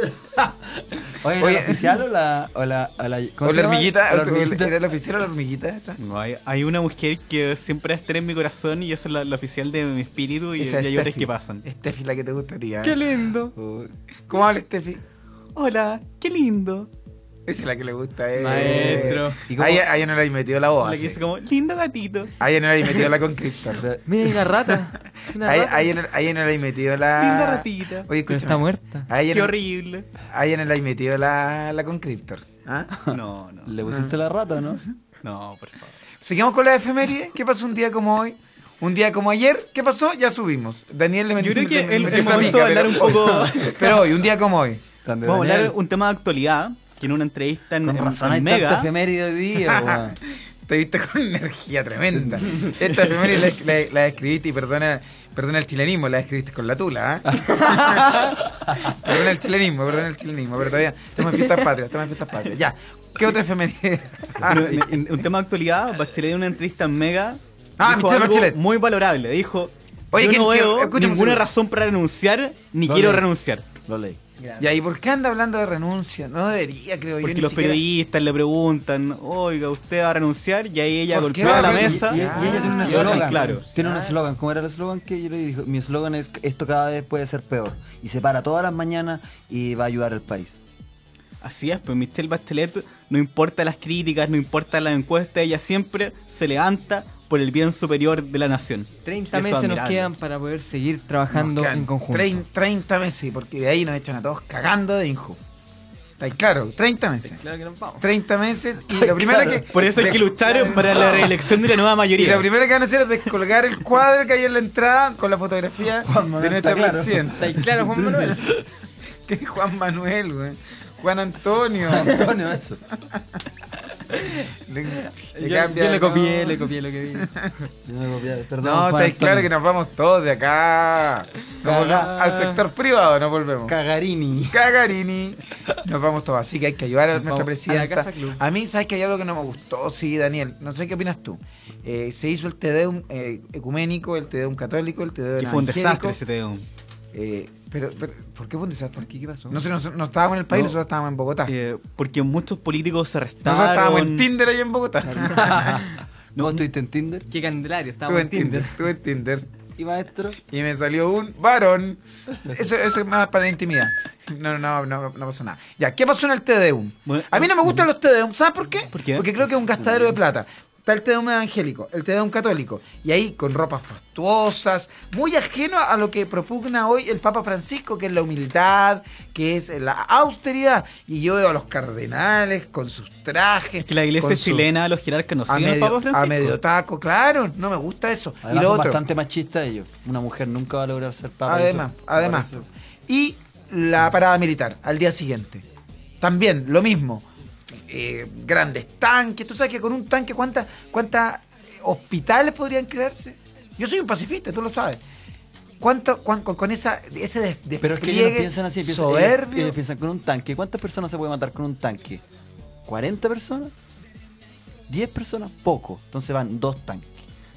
Speaker 7: Oye, ¿era
Speaker 1: Oye.
Speaker 7: la oficial o la... O la, o la,
Speaker 1: O
Speaker 7: ¿cómo se
Speaker 1: la
Speaker 7: llama?
Speaker 1: hormiguita.
Speaker 7: O la
Speaker 1: o sea,
Speaker 7: hormiguita.
Speaker 1: ¿Era la oficial o la hormiguita esa?
Speaker 4: No, hay, hay una mujer que siempre va a estar en mi corazón y esa es la, la oficial de mi espíritu y,
Speaker 1: Esa
Speaker 4: ya
Speaker 1: es
Speaker 4: hay horas
Speaker 1: Steffi.
Speaker 4: que pasan.
Speaker 1: Steffi, la que te gusta, tía.
Speaker 4: Qué lindo.
Speaker 1: ¿Cómo habla Steffi?
Speaker 4: Hola, qué lindo.
Speaker 1: Esa es la que le gusta a él.
Speaker 4: Maestro. ¿Y cómo-
Speaker 1: A ella, a ella no le habéis metido la voz.
Speaker 4: La que
Speaker 1: así.
Speaker 4: dice como, lindo gatito.
Speaker 1: A ella no le habéis metido la conquista.
Speaker 3: Mira, hay una rata. Una
Speaker 1: Ahí,
Speaker 3: rata.
Speaker 1: ahí, no- ahí no le hay metido la.
Speaker 4: Linda ratita.
Speaker 1: Oye,
Speaker 3: Pero
Speaker 1: escúchame.
Speaker 3: está muerta.
Speaker 1: Ahí no-
Speaker 4: Qué horrible.
Speaker 1: Ahí no le hay metido la, la Concriptor. ¿Ah?
Speaker 4: No, no.
Speaker 7: Le pusiste la rata, ¿no?
Speaker 4: No, por favor.
Speaker 1: Seguimos con la efeméride. ¿Qué pasó un día como hoy? Un día como ayer, ¿qué pasó? Ya subimos. Daniel le metió
Speaker 4: creo que
Speaker 1: le
Speaker 4: el-
Speaker 1: metió
Speaker 4: el
Speaker 1: la
Speaker 4: momento
Speaker 1: pica,
Speaker 4: de hablar
Speaker 1: pero
Speaker 4: un poco-
Speaker 1: hoy- pero hoy, un día como hoy.
Speaker 4: Vamos a hablar un tema de actualidad que en una entrevista en,
Speaker 7: Con
Speaker 4: en-
Speaker 7: razón
Speaker 4: en
Speaker 7: hay
Speaker 4: Mega.
Speaker 7: tanto efeméride hoy día, weón.
Speaker 1: Te viste con una energía tremenda. Esta efeméride la, la- la escribiste, y perdona, perdona el chilenismo, la escribiste con la tula, ¿ah? perdona el chilenismo, perdona el chilenismo, pero todavía estamos en fiestas patrias, estamos en fiestas patrias. Ya, ¿qué otra efeméride?
Speaker 4: Pero en- Ah, en- un tema de actualidad, Bachelet dio una entrevista en Mega.
Speaker 1: Ah,
Speaker 4: dijo
Speaker 1: Michelle
Speaker 4: algo
Speaker 1: Bachelet.
Speaker 4: Muy valorable. Dijo:
Speaker 1: Oye,
Speaker 4: Oye,
Speaker 1: que-
Speaker 4: Yo no
Speaker 1: que-
Speaker 4: veo
Speaker 1: escúchame un
Speaker 4: ninguna
Speaker 1: segundo.
Speaker 4: razón para renunciar, ni
Speaker 1: Lo
Speaker 4: quiero
Speaker 1: leí.
Speaker 4: renunciar.
Speaker 7: Lo leí.
Speaker 1: Ya, ¿y por qué anda hablando de renuncia? No debería, creo yo.
Speaker 4: Porque
Speaker 1: ni
Speaker 4: los
Speaker 1: siquiera-
Speaker 4: periodistas le preguntan, oiga, usted va a renunciar, y ahí ella
Speaker 1: ¿Por qué
Speaker 4: golpea
Speaker 1: va a
Speaker 4: la
Speaker 1: renunciar?
Speaker 4: mesa.
Speaker 1: Y- y ella tiene un
Speaker 4: una
Speaker 7: eslogan.
Speaker 4: Claro.
Speaker 7: Tiene
Speaker 1: Ah.
Speaker 7: un eslogan. ¿Cómo era el eslogan que yo le dije? Mi eslogan es esto cada vez puede ser peor. Y se para todas las mañanas y va a ayudar al país.
Speaker 4: Así es, pues Michelle Bachelet, no importa las críticas, no importa las encuestas, ella siempre se levanta por el bien superior de la nación.
Speaker 3: 30
Speaker 4: Eso es
Speaker 3: meses nos
Speaker 4: admirable.
Speaker 3: quedan para poder seguir
Speaker 1: Nos
Speaker 3: trabajando
Speaker 1: quedan
Speaker 3: en conjunto.
Speaker 1: trein- 30 meses, porque de ahí nos echan a todos cagando de Inju. Está ahí claro, 30 meses.
Speaker 3: Claro que nos vamos.
Speaker 1: 30 meses y lo primero que.
Speaker 4: Por eso hay que luchar para la reelección de la nueva
Speaker 1: Y
Speaker 4: mayoría.
Speaker 1: lo primero que van a hacer es descolgar el cuadro que hay en la entrada con la fotografía de
Speaker 7: Manuel,
Speaker 1: nuestra
Speaker 7: está claro.
Speaker 1: presidenta.
Speaker 3: Está claro, Juan Manuel.
Speaker 1: Que es Juan Manuel, güey. Juan Antonio.
Speaker 7: Antonio, eso.
Speaker 1: Le, le
Speaker 3: Yo,
Speaker 1: cambia
Speaker 3: yo le
Speaker 1: el
Speaker 3: copié,
Speaker 1: nombre.
Speaker 3: le copié lo que vi.
Speaker 7: Yo me copié, perdón,
Speaker 1: No,
Speaker 7: Juan
Speaker 1: está ahí claro
Speaker 7: Antonio.
Speaker 1: que nos vamos todos de acá. Nos volvemos al sector privado nos volvemos.
Speaker 7: Cagarini.
Speaker 1: Cagarini. Nos vamos todos, así que hay que ayudar a nuestra
Speaker 3: vamos a la
Speaker 1: presidenta.
Speaker 3: Casa Club.
Speaker 1: A mí, ¿sabes que hay algo que no me gustó? Sí, Daniel, no sé qué opinas tú. Eh, se hizo el Tedeum eh, ecuménico, el Tedeum católico, el Tedeum
Speaker 4: Que fue un
Speaker 1: evangélico.
Speaker 4: desastre ese teón.
Speaker 1: Eh, pero, pero, ¿por qué fue un desastre?
Speaker 3: ¿Qué, pasó?
Speaker 1: No sé, no, no estábamos en el país,
Speaker 4: No.
Speaker 1: nosotros estábamos en Bogotá.
Speaker 4: Eh, porque muchos políticos se arrestaron.
Speaker 1: Nosotros estábamos en Tinder ahí en Bogotá.
Speaker 7: ¿Vos estuviste en Tinder?
Speaker 3: Qué
Speaker 1: Tuve
Speaker 3: candelario, estábamos
Speaker 1: en Tinder. Tuve en Tinder.
Speaker 7: ¿Y maestro?
Speaker 1: Y me salió un varón. Eso, eso es más para la intimidad. No, no, no, no pasó nada. Ya, ¿qué pasó en el TDUM? A mí no me gustan los TDUM. ¿Sabes por qué? Porque creo que es un gastadero de plata. Está el TDUM evangélico, el TDUM católico. Y ahí con ropas fastuosas, muy ajeno a lo que propugna hoy el Papa Francisco, que es la humildad, que es la austeridad. Y yo veo a los cardenales con sus trajes.
Speaker 4: Que la iglesia
Speaker 1: con su-
Speaker 4: chilena, los jerarcas no
Speaker 1: a
Speaker 4: siguen al
Speaker 1: medio,
Speaker 4: Papa Francisco.
Speaker 1: a medio taco, claro, no me gusta eso.
Speaker 7: Además,
Speaker 1: y lo
Speaker 7: son
Speaker 1: otro,
Speaker 7: bastante machista ellos. Una mujer nunca va a lograr ser papa.
Speaker 1: Además,
Speaker 7: Eso-
Speaker 1: además.
Speaker 7: eso-
Speaker 1: Y la parada militar al día siguiente. También lo mismo. Eh, grandes tanques. Tú sabes que con un tanque, ¿cuántas cuánta hospitales podrían crearse? Yo soy un pacifista, tú lo sabes. ¿Cuánto, cuán- con, con esa, ese des- despliegue
Speaker 7: Pero es que ellos no piensan así. Piensan, ellos-
Speaker 1: soberbio?
Speaker 7: ellos piensan con un tanque. ¿Cuántas personas se puede matar con un tanque? ¿40 personas? ¿10 personas? Poco. Entonces van dos tanques,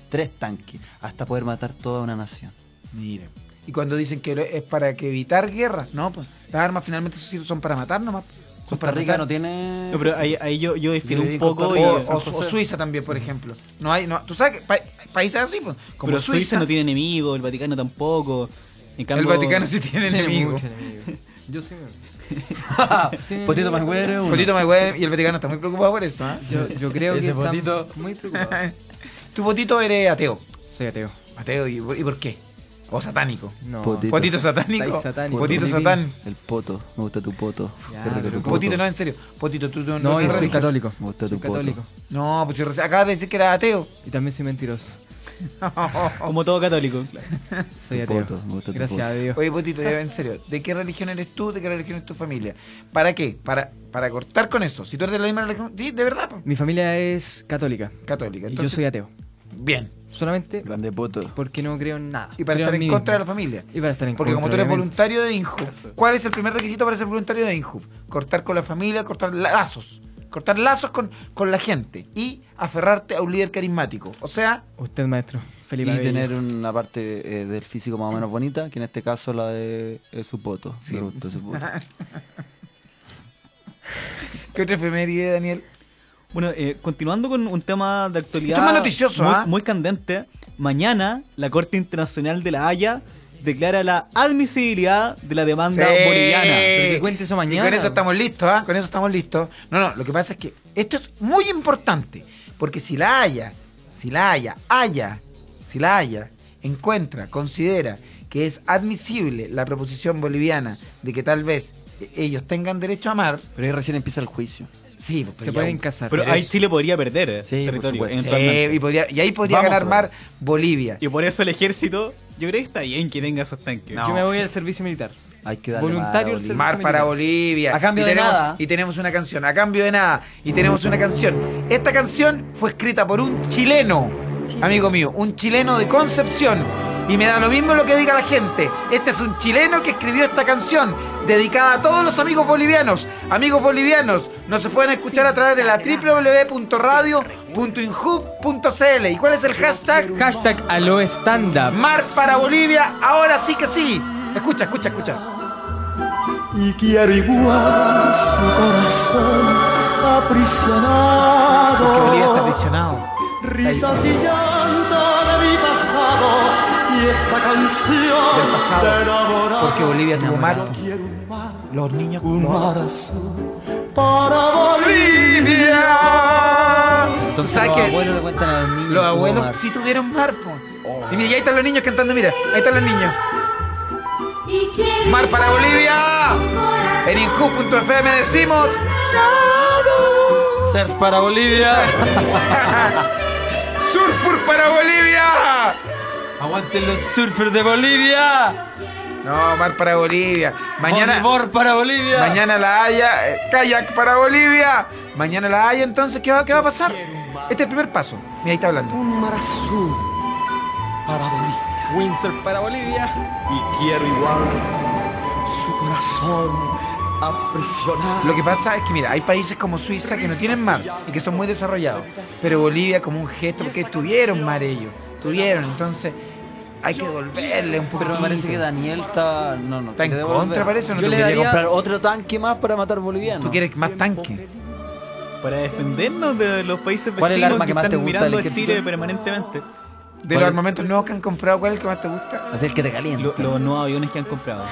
Speaker 7: tres tanques, hasta poder matar toda una nación.
Speaker 1: Mire. Y cuando dicen que lo- es para que evitar guerras, no, pues las armas finalmente sí son para matar nomás. Son
Speaker 7: Costa
Speaker 1: para
Speaker 7: Rica
Speaker 1: matar.
Speaker 7: no tiene.
Speaker 4: No, pero ahí, ahí yo, yo difiero un poco.
Speaker 1: O,
Speaker 4: y-
Speaker 1: o- o Suiza también, por ejemplo. No hay, no, tú sabes que pa- países así, pues, como
Speaker 4: pero Suiza,
Speaker 1: Suiza
Speaker 4: no tiene enemigos, el Vaticano tampoco. En cambio-
Speaker 1: El Vaticano sí tiene enemigos.
Speaker 3: Yo soy.
Speaker 1: Potito Mayweather es uno. Potito Mayweather y el Vaticano está muy preocupado por eso. ¿ah?
Speaker 3: Yo, yo creo que están muy
Speaker 4: pues.
Speaker 3: preocupados.
Speaker 1: tu potito eres ateo.
Speaker 3: Soy ateo.
Speaker 1: Ateo, ¿y, por- y por qué? O satánico.
Speaker 3: No.
Speaker 1: Potito,
Speaker 4: pues.
Speaker 1: satánico.
Speaker 3: Estáis satánico.
Speaker 1: Potito satán. Ah,
Speaker 7: El poto. Me gusta tu poto.
Speaker 3: Ya,
Speaker 7: Qué rico
Speaker 3: pero
Speaker 7: tu poto.
Speaker 1: Potito, no, en serio. Potito, tú no.
Speaker 3: No, yo soy
Speaker 1: religios.
Speaker 3: católico.
Speaker 7: Me gusta
Speaker 3: Soy
Speaker 7: tu poto.
Speaker 3: católico.
Speaker 1: No, pues yo reci- acabas de decir que eras ateo.
Speaker 3: Y también soy mentiroso.
Speaker 4: Como todo católico.
Speaker 3: Soy
Speaker 7: Tu
Speaker 3: ateo.
Speaker 7: poto, me gusta tu
Speaker 3: Gracias
Speaker 7: poto.
Speaker 3: a Dios.
Speaker 1: Oye, Potito, ya, en serio, ¿de qué religión eres tú? ¿De qué religión es tu familia? ¿Para qué? Para, para cortar con eso. Si tú eres de la misma religión, sí, de verdad, pues. po.
Speaker 3: Mi familia es católica.
Speaker 1: católica.
Speaker 3: Y yo
Speaker 1: Entonces,
Speaker 3: soy ateo.
Speaker 1: bien.
Speaker 3: Solamente
Speaker 7: Grande poto.
Speaker 3: porque no creo en nada.
Speaker 1: Y para
Speaker 3: Creo
Speaker 1: estar en
Speaker 3: mí
Speaker 1: contra de la
Speaker 3: mismo.
Speaker 1: familia.
Speaker 3: Y para estar en
Speaker 1: Porque como
Speaker 3: contra,
Speaker 1: tú eres
Speaker 3: obviamente.
Speaker 1: voluntario de INJUF, ¿cuál es el primer requisito para ser voluntario de INJUF? Cortar con la familia, cortar la- lazos. Cortar lazos con, con la gente y aferrarte a un líder carismático. O sea,
Speaker 3: Usted, maestro. Felipe
Speaker 7: y
Speaker 3: Abello.
Speaker 7: tener una parte eh, del físico más o menos bonita, que en este caso la de eh, su poto. Me gusta su poto.
Speaker 1: ¿qué otra efeméride, Daniel?
Speaker 4: Bueno, eh, continuando con un tema de actualidad.
Speaker 1: Esto es más noticioso,
Speaker 4: muy,
Speaker 1: ¿ah?
Speaker 4: muy candente. Mañana, la Corte Internacional de La Haya declara la admisibilidad de la demanda
Speaker 1: Sí.
Speaker 4: boliviana.
Speaker 3: Pero que cuente eso
Speaker 1: Y
Speaker 3: mañana.
Speaker 1: con eso estamos listos, ¿ah? Con eso estamos listos. No, no, lo que pasa es que esto es muy importante. Porque si la haya, si la haya, haya, si la haya, encuentra, considera que es admisible la proposición boliviana de que tal vez eh, ellos tengan derecho a amar,
Speaker 7: Pero ahí recién empieza el juicio.
Speaker 1: sí, pues, pero
Speaker 3: Se
Speaker 1: ya
Speaker 3: pueden
Speaker 1: un-
Speaker 3: casar.
Speaker 4: Pero ahí Chile podría perder eh,
Speaker 7: Sí, por
Speaker 4: territorio.
Speaker 7: supuesto.
Speaker 1: Sí,
Speaker 4: eventualmente.
Speaker 1: y, podría- y ahí podría
Speaker 7: Vamos
Speaker 1: ganar
Speaker 7: a
Speaker 1: mar
Speaker 7: ver.
Speaker 1: Bolivia.
Speaker 4: Y por eso el ejército, yo creo que está bien que tenga esos tanques.
Speaker 1: No.
Speaker 3: Yo me voy al servicio militar.
Speaker 7: Hay que darle
Speaker 3: Voluntario
Speaker 7: más
Speaker 3: el
Speaker 7: a
Speaker 3: ser-
Speaker 7: Bolivia.
Speaker 1: Mar para Bolivia.
Speaker 7: A cambio
Speaker 1: y
Speaker 7: de
Speaker 1: tenemos,
Speaker 7: nada.
Speaker 1: Y tenemos una canción. A cambio de nada. Y tenemos una canción. Esta canción fue escrita por un chileno, amigo mío, un chileno de Concepción. Y me da lo mismo lo que diga la gente. Este es un chileno que escribió esta canción, dedicada a todos los amigos bolivianos. Amigos bolivianos, nos se pueden escuchar a través de la www.radio.inhub.cl. ¿Y cuál es el hashtag?
Speaker 3: Hashtag Alo Stand Up.
Speaker 1: Mar para Bolivia, ahora sí que sí. Escucha, escucha, escucha.
Speaker 12: y quiero igual su corazón
Speaker 1: Porque Bolivia está
Speaker 12: aprisionado.
Speaker 1: aprisionado.
Speaker 12: Risas y llanto de mi pasado y esta canción
Speaker 1: Del pasado.
Speaker 12: de enamorado.
Speaker 1: Porque Bolivia tuvo mar.
Speaker 12: Quiero un mar,
Speaker 1: Los niños
Speaker 12: un
Speaker 1: no.
Speaker 12: mar azul para Bolivia.
Speaker 7: Entonces
Speaker 1: ¿Sabes
Speaker 7: los
Speaker 1: qué?
Speaker 7: abuelos le cuentan a los niños.
Speaker 1: Los
Speaker 7: cómo
Speaker 1: abuelos
Speaker 7: amar.
Speaker 1: sí tuvieron mar, po. Y mira, y ahí están los niños cantando, mira. Ahí están los niños. Mar para Bolivia. En inju.fm decimos.
Speaker 7: Surf para Bolivia.
Speaker 1: Surfur para Bolivia.
Speaker 7: Aguanten los surfers de Bolivia.
Speaker 1: No, mar para Bolivia. Mañana.
Speaker 7: Bodyboard para Bolivia.
Speaker 1: Mañana la Haya, eh, kayak para Bolivia. Mañana la Haya, entonces, ¿qué va, qué va a pasar? Este es el primer paso. Mira, ahí está hablando.
Speaker 12: Un mar azul para Bolivia.
Speaker 3: Windsurf para Bolivia.
Speaker 12: Y quiero igual su corazón aprisionado.
Speaker 1: Lo que pasa es que, mira, hay países como Suiza que no tienen mar y que son muy desarrollados. Pero Bolivia, como un gesto, porque tuvieron mar ellos. Tuvieron, entonces hay que devolverle un poco.
Speaker 7: Pero me parece que Daniel está. No, no.
Speaker 1: Está en
Speaker 7: quiere
Speaker 1: contra,
Speaker 7: devolver.
Speaker 1: parece, ¿o no
Speaker 7: Yo
Speaker 1: te
Speaker 7: le
Speaker 1: quería
Speaker 7: daría
Speaker 1: comprar
Speaker 7: comprar otro tanque más para matar bolivianos.
Speaker 1: Tú quieres más tanque.
Speaker 4: Para defendernos de los países vecinos
Speaker 7: ¿Cuál es el arma que más
Speaker 4: están
Speaker 7: te gusta
Speaker 4: mirando
Speaker 7: del
Speaker 4: a Chile
Speaker 7: ejército?
Speaker 4: permanentemente.
Speaker 1: De los armamentos nuevos que han comprado, ¿cuál es el que más te gusta?
Speaker 7: Así el que te calienta.
Speaker 4: Lo- los nuevos aviones que han comprado.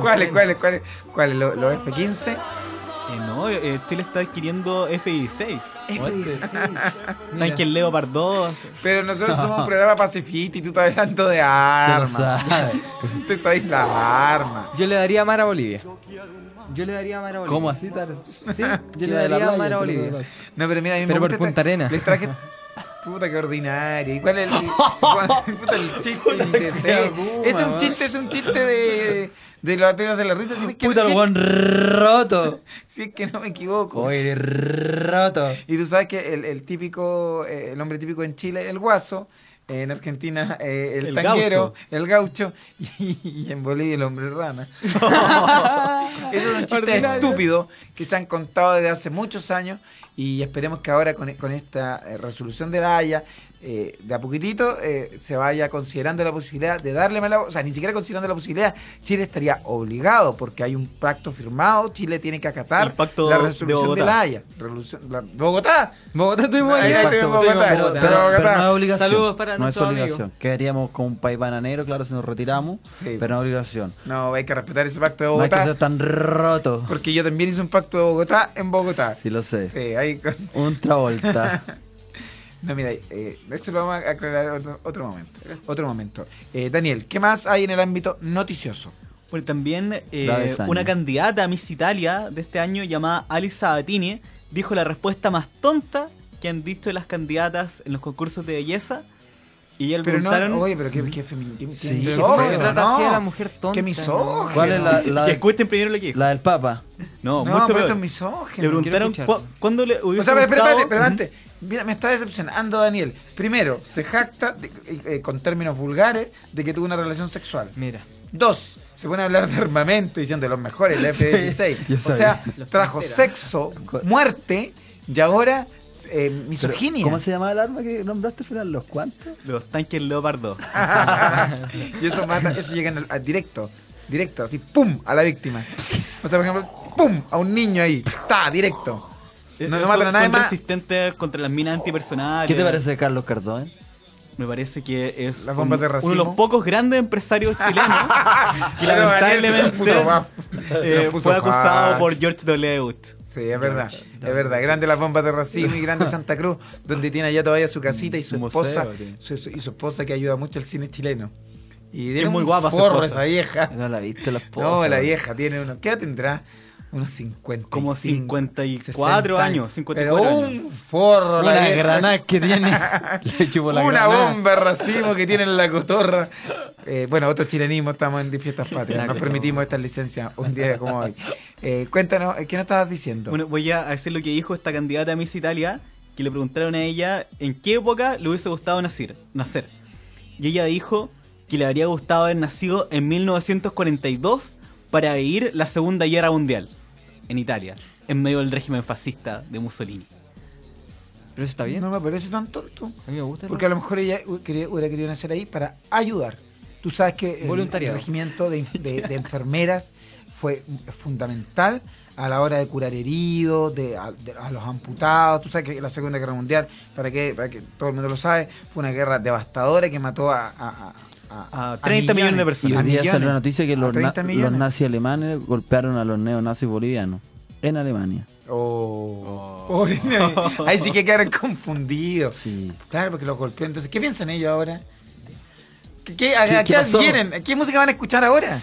Speaker 1: ¿Cuáles, cuáles, cuáles? ¿Cuáles? ¿Los los F-15?
Speaker 4: Eh, no, eh, Chile está adquiriendo F-16.
Speaker 1: F-16.
Speaker 4: Tanque el Leopard 2.
Speaker 1: Pero nosotros somos un programa pacifista y tú estás hablando de armas. Te sabes la arma.
Speaker 3: Yo le daría mar a Bolivia. Yo le daría mar a Bolivia.
Speaker 1: ¿Cómo así,
Speaker 3: Taro? Sí, yo
Speaker 1: Que
Speaker 3: le
Speaker 1: va de la
Speaker 3: daría
Speaker 1: playa,
Speaker 3: mar a
Speaker 1: pero de la
Speaker 3: Bolivia.
Speaker 1: playa. No, pero mira, a mí me
Speaker 3: Pero por
Speaker 1: gusta esta-
Speaker 3: Punta Arenas.
Speaker 1: Les traje. Puta, que ordinaria. ¿Y cuál es el, cuál- puta, el chiste indecente?
Speaker 7: alguna,
Speaker 1: Es un
Speaker 7: va.
Speaker 1: chiste, es un chiste de, de los ateos de la risa. Si es que
Speaker 7: Puta,
Speaker 1: si
Speaker 7: el
Speaker 1: es-
Speaker 7: buen roto.
Speaker 1: Si es que no me equivoco.
Speaker 7: Oye, roto.
Speaker 1: Y tú sabes que el, el típico, eh, el hombre típico en Chile, el guaso. En Argentina, eh, el,
Speaker 4: El
Speaker 1: tanguero,
Speaker 4: gaucho.
Speaker 1: el gaucho, y, y en Bolivia, el hombre rana. Esos son chistes
Speaker 4: Ordinario.
Speaker 1: estúpidos que se han contado desde hace muchos años y esperemos que ahora con, con esta eh, resolución de la Haya, eh, de a poquitito, eh, se vaya considerando la posibilidad de darle mala... O sea, ni siquiera considerando la posibilidad, Chile estaría obligado porque hay un pacto firmado, Chile tiene que acatar
Speaker 4: El pacto
Speaker 1: la
Speaker 4: de
Speaker 1: resolución de,
Speaker 4: Bogotá.
Speaker 1: la Haya. Resolución- la- ¡Bogotá!
Speaker 3: Bogotá estuvimos
Speaker 1: Ahí,
Speaker 3: ahí.
Speaker 1: ahí
Speaker 3: Impacto,
Speaker 1: estuvimos en
Speaker 3: estuvimos
Speaker 1: Bogotá,
Speaker 3: en Bogotá.
Speaker 1: pero-
Speaker 7: Pero no es
Speaker 1: Bogotá.
Speaker 7: obligación.
Speaker 3: Saludos para
Speaker 7: no es
Speaker 3: nuestros
Speaker 7: obligación.
Speaker 3: amigos.
Speaker 7: Quedaríamos con un país bananero, claro, si nos retiramos. Pero no es obligación.
Speaker 1: No, hay que respetar ese pacto de
Speaker 7: No hay que
Speaker 1: Bogotá.
Speaker 7: ser tan roto.
Speaker 1: Porque yo también hice un pacto de Bogotá en Bogotá.
Speaker 7: Sí, lo sé.
Speaker 1: Sí, ahí con-
Speaker 7: Un travolta.
Speaker 1: No, mira, eh, eso lo vamos a aclarar otro, otro momento. Otro momento. Eh, Daniel, ¿qué más hay en el ámbito noticioso?
Speaker 4: Bueno, también eh,
Speaker 1: Grave saña.
Speaker 4: una candidata a Miss Italia de este año llamada Alice Sabatini dijo la respuesta más tonta que han dicho las candidatas en los concursos de belleza. Y ella le
Speaker 1: Pero no,
Speaker 4: preguntaron...
Speaker 1: oye, pero qué, qué, femi- qué- qué
Speaker 7: Sí,
Speaker 1: misógino,
Speaker 7: que trata así a la
Speaker 3: mujer
Speaker 1: Qué
Speaker 3: tonta,
Speaker 1: misógino.
Speaker 7: ¿Cuál es la, la,
Speaker 4: que escuchen primero lo que dijo.
Speaker 7: la del Papa?
Speaker 1: No,
Speaker 4: No,
Speaker 1: pero
Speaker 4: mucho peor.
Speaker 1: esto es misógino.
Speaker 4: Le preguntaron
Speaker 1: Quiero
Speaker 4: cu-
Speaker 1: escuchar.
Speaker 4: cuándo le
Speaker 1: O
Speaker 4: hubiese
Speaker 1: sea, pero espérate,
Speaker 4: gustado-
Speaker 1: pero espérate. Mira, me está decepcionando Daniel. Primero, se jacta de- eh, eh, con términos vulgares de que tuvo una relación sexual.
Speaker 3: Mira.
Speaker 1: Dos, se pone a hablar de armamento diciendo de los mejores, la F-16.
Speaker 7: yo
Speaker 1: o
Speaker 7: sabía.
Speaker 1: sea,
Speaker 7: Los
Speaker 1: trajo
Speaker 7: fronteras.
Speaker 1: sexo, muerte y ahora eh, misoginia.
Speaker 7: ¿Cómo se llamaba el arma que nombraste, Fernando? ¿Los cuantos?
Speaker 4: Los tanques Leopardo.
Speaker 1: y eso mata, eso llega en el- al directo, directo, así, ¡pum! a la víctima. O sea, por ejemplo, ¡pum! a un niño ahí, ¡ta! directo. No, no
Speaker 4: Son-
Speaker 1: matan a nadie
Speaker 4: Eh, son
Speaker 1: más.
Speaker 4: resistentes contra las minas antipersonales.
Speaker 1: Ah,
Speaker 7: ¿Qué te parece de Carlos Cardón?
Speaker 4: Me parece que es
Speaker 7: Las bombas
Speaker 4: un-
Speaker 7: de
Speaker 4: uno
Speaker 7: racimo.
Speaker 4: de los pocos grandes empresarios chilenos que
Speaker 1: Pero Daniel se
Speaker 4: lamentablemente
Speaker 1: lo puso guapo. Se
Speaker 4: eh,
Speaker 1: lo puso
Speaker 4: fue acusado
Speaker 1: guapo.
Speaker 4: por George W.
Speaker 1: Sí, es verdad, es verdad. Grande las bombas de Racimo y grande Santa Cruz, donde tiene allá todavía su casita y su
Speaker 4: Museo,
Speaker 1: esposa,
Speaker 4: tiene.
Speaker 1: su- su- y su esposa que ayuda mucho al cine chileno. Y
Speaker 4: es
Speaker 1: tiene
Speaker 4: muy
Speaker 1: un
Speaker 4: guapa su
Speaker 1: forro esa
Speaker 4: esposa.
Speaker 1: vieja.
Speaker 7: No la viste, la esposa.
Speaker 1: No, la
Speaker 7: güey.
Speaker 1: vieja tiene unos. ¿Qué edad tendrá? Unos 50.
Speaker 4: Como 54 años, 54
Speaker 1: Pero
Speaker 4: años.
Speaker 1: un forro, la
Speaker 4: Una
Speaker 1: vieja.
Speaker 4: granada
Speaker 7: que tiene. Le chupó
Speaker 1: Una
Speaker 4: granada.
Speaker 1: bomba de racimo que tiene en la cotorra. Eh, bueno, otro chilenismo, estamos en fiestas patrias. Nos
Speaker 4: cotorra.
Speaker 1: permitimos estas licencias un día como hoy. Eh, cuéntanos, eh, ¿qué nos estabas diciendo?
Speaker 4: Bueno, voy a hacer lo que dijo esta candidata a Miss Italia, que le preguntaron a ella en qué época le hubiese gustado nacer. nacer. Y ella dijo que le habría gustado haber nacido en 1942 para vivir la Segunda Guerra Mundial en Italia, en medio del régimen fascista de Mussolini.
Speaker 3: Pero eso está bien.
Speaker 1: No me parece tan tonto.
Speaker 3: A mí me gusta.
Speaker 1: Porque a lo mejor ella hu- quería- hubiera querido nacer ahí para ayudar. Tú sabes que el, el
Speaker 3: Voluntariado.
Speaker 1: regimiento de, inf- de- de enfermeras fue fundamental a la hora de curar heridos, de, a, de- a los amputados. Tú sabes que la Segunda Guerra Mundial, para que, para que todo el mundo lo sabe, fue una guerra devastadora que mató a... a- a- a- a
Speaker 4: 30 millones de personas.
Speaker 7: Y
Speaker 1: a
Speaker 7: hoy día
Speaker 1: millones,
Speaker 7: salió la noticia que
Speaker 1: a
Speaker 7: los, na-
Speaker 1: 30 millones.
Speaker 7: los nazis alemanes golpearon a los neonazis bolivianos en Alemania.
Speaker 1: Oh. Pobre nene. Ahí sí que quedaron confundidos. Claro, porque los golpeó. Entonces, ¿qué piensan ellos ahora? ¿Qué, qué, a-
Speaker 7: ¿Qué-
Speaker 1: a
Speaker 7: qué
Speaker 1: qué
Speaker 7: pasó?
Speaker 1: adhieren? ¿A ¿Qué música van a escuchar ahora?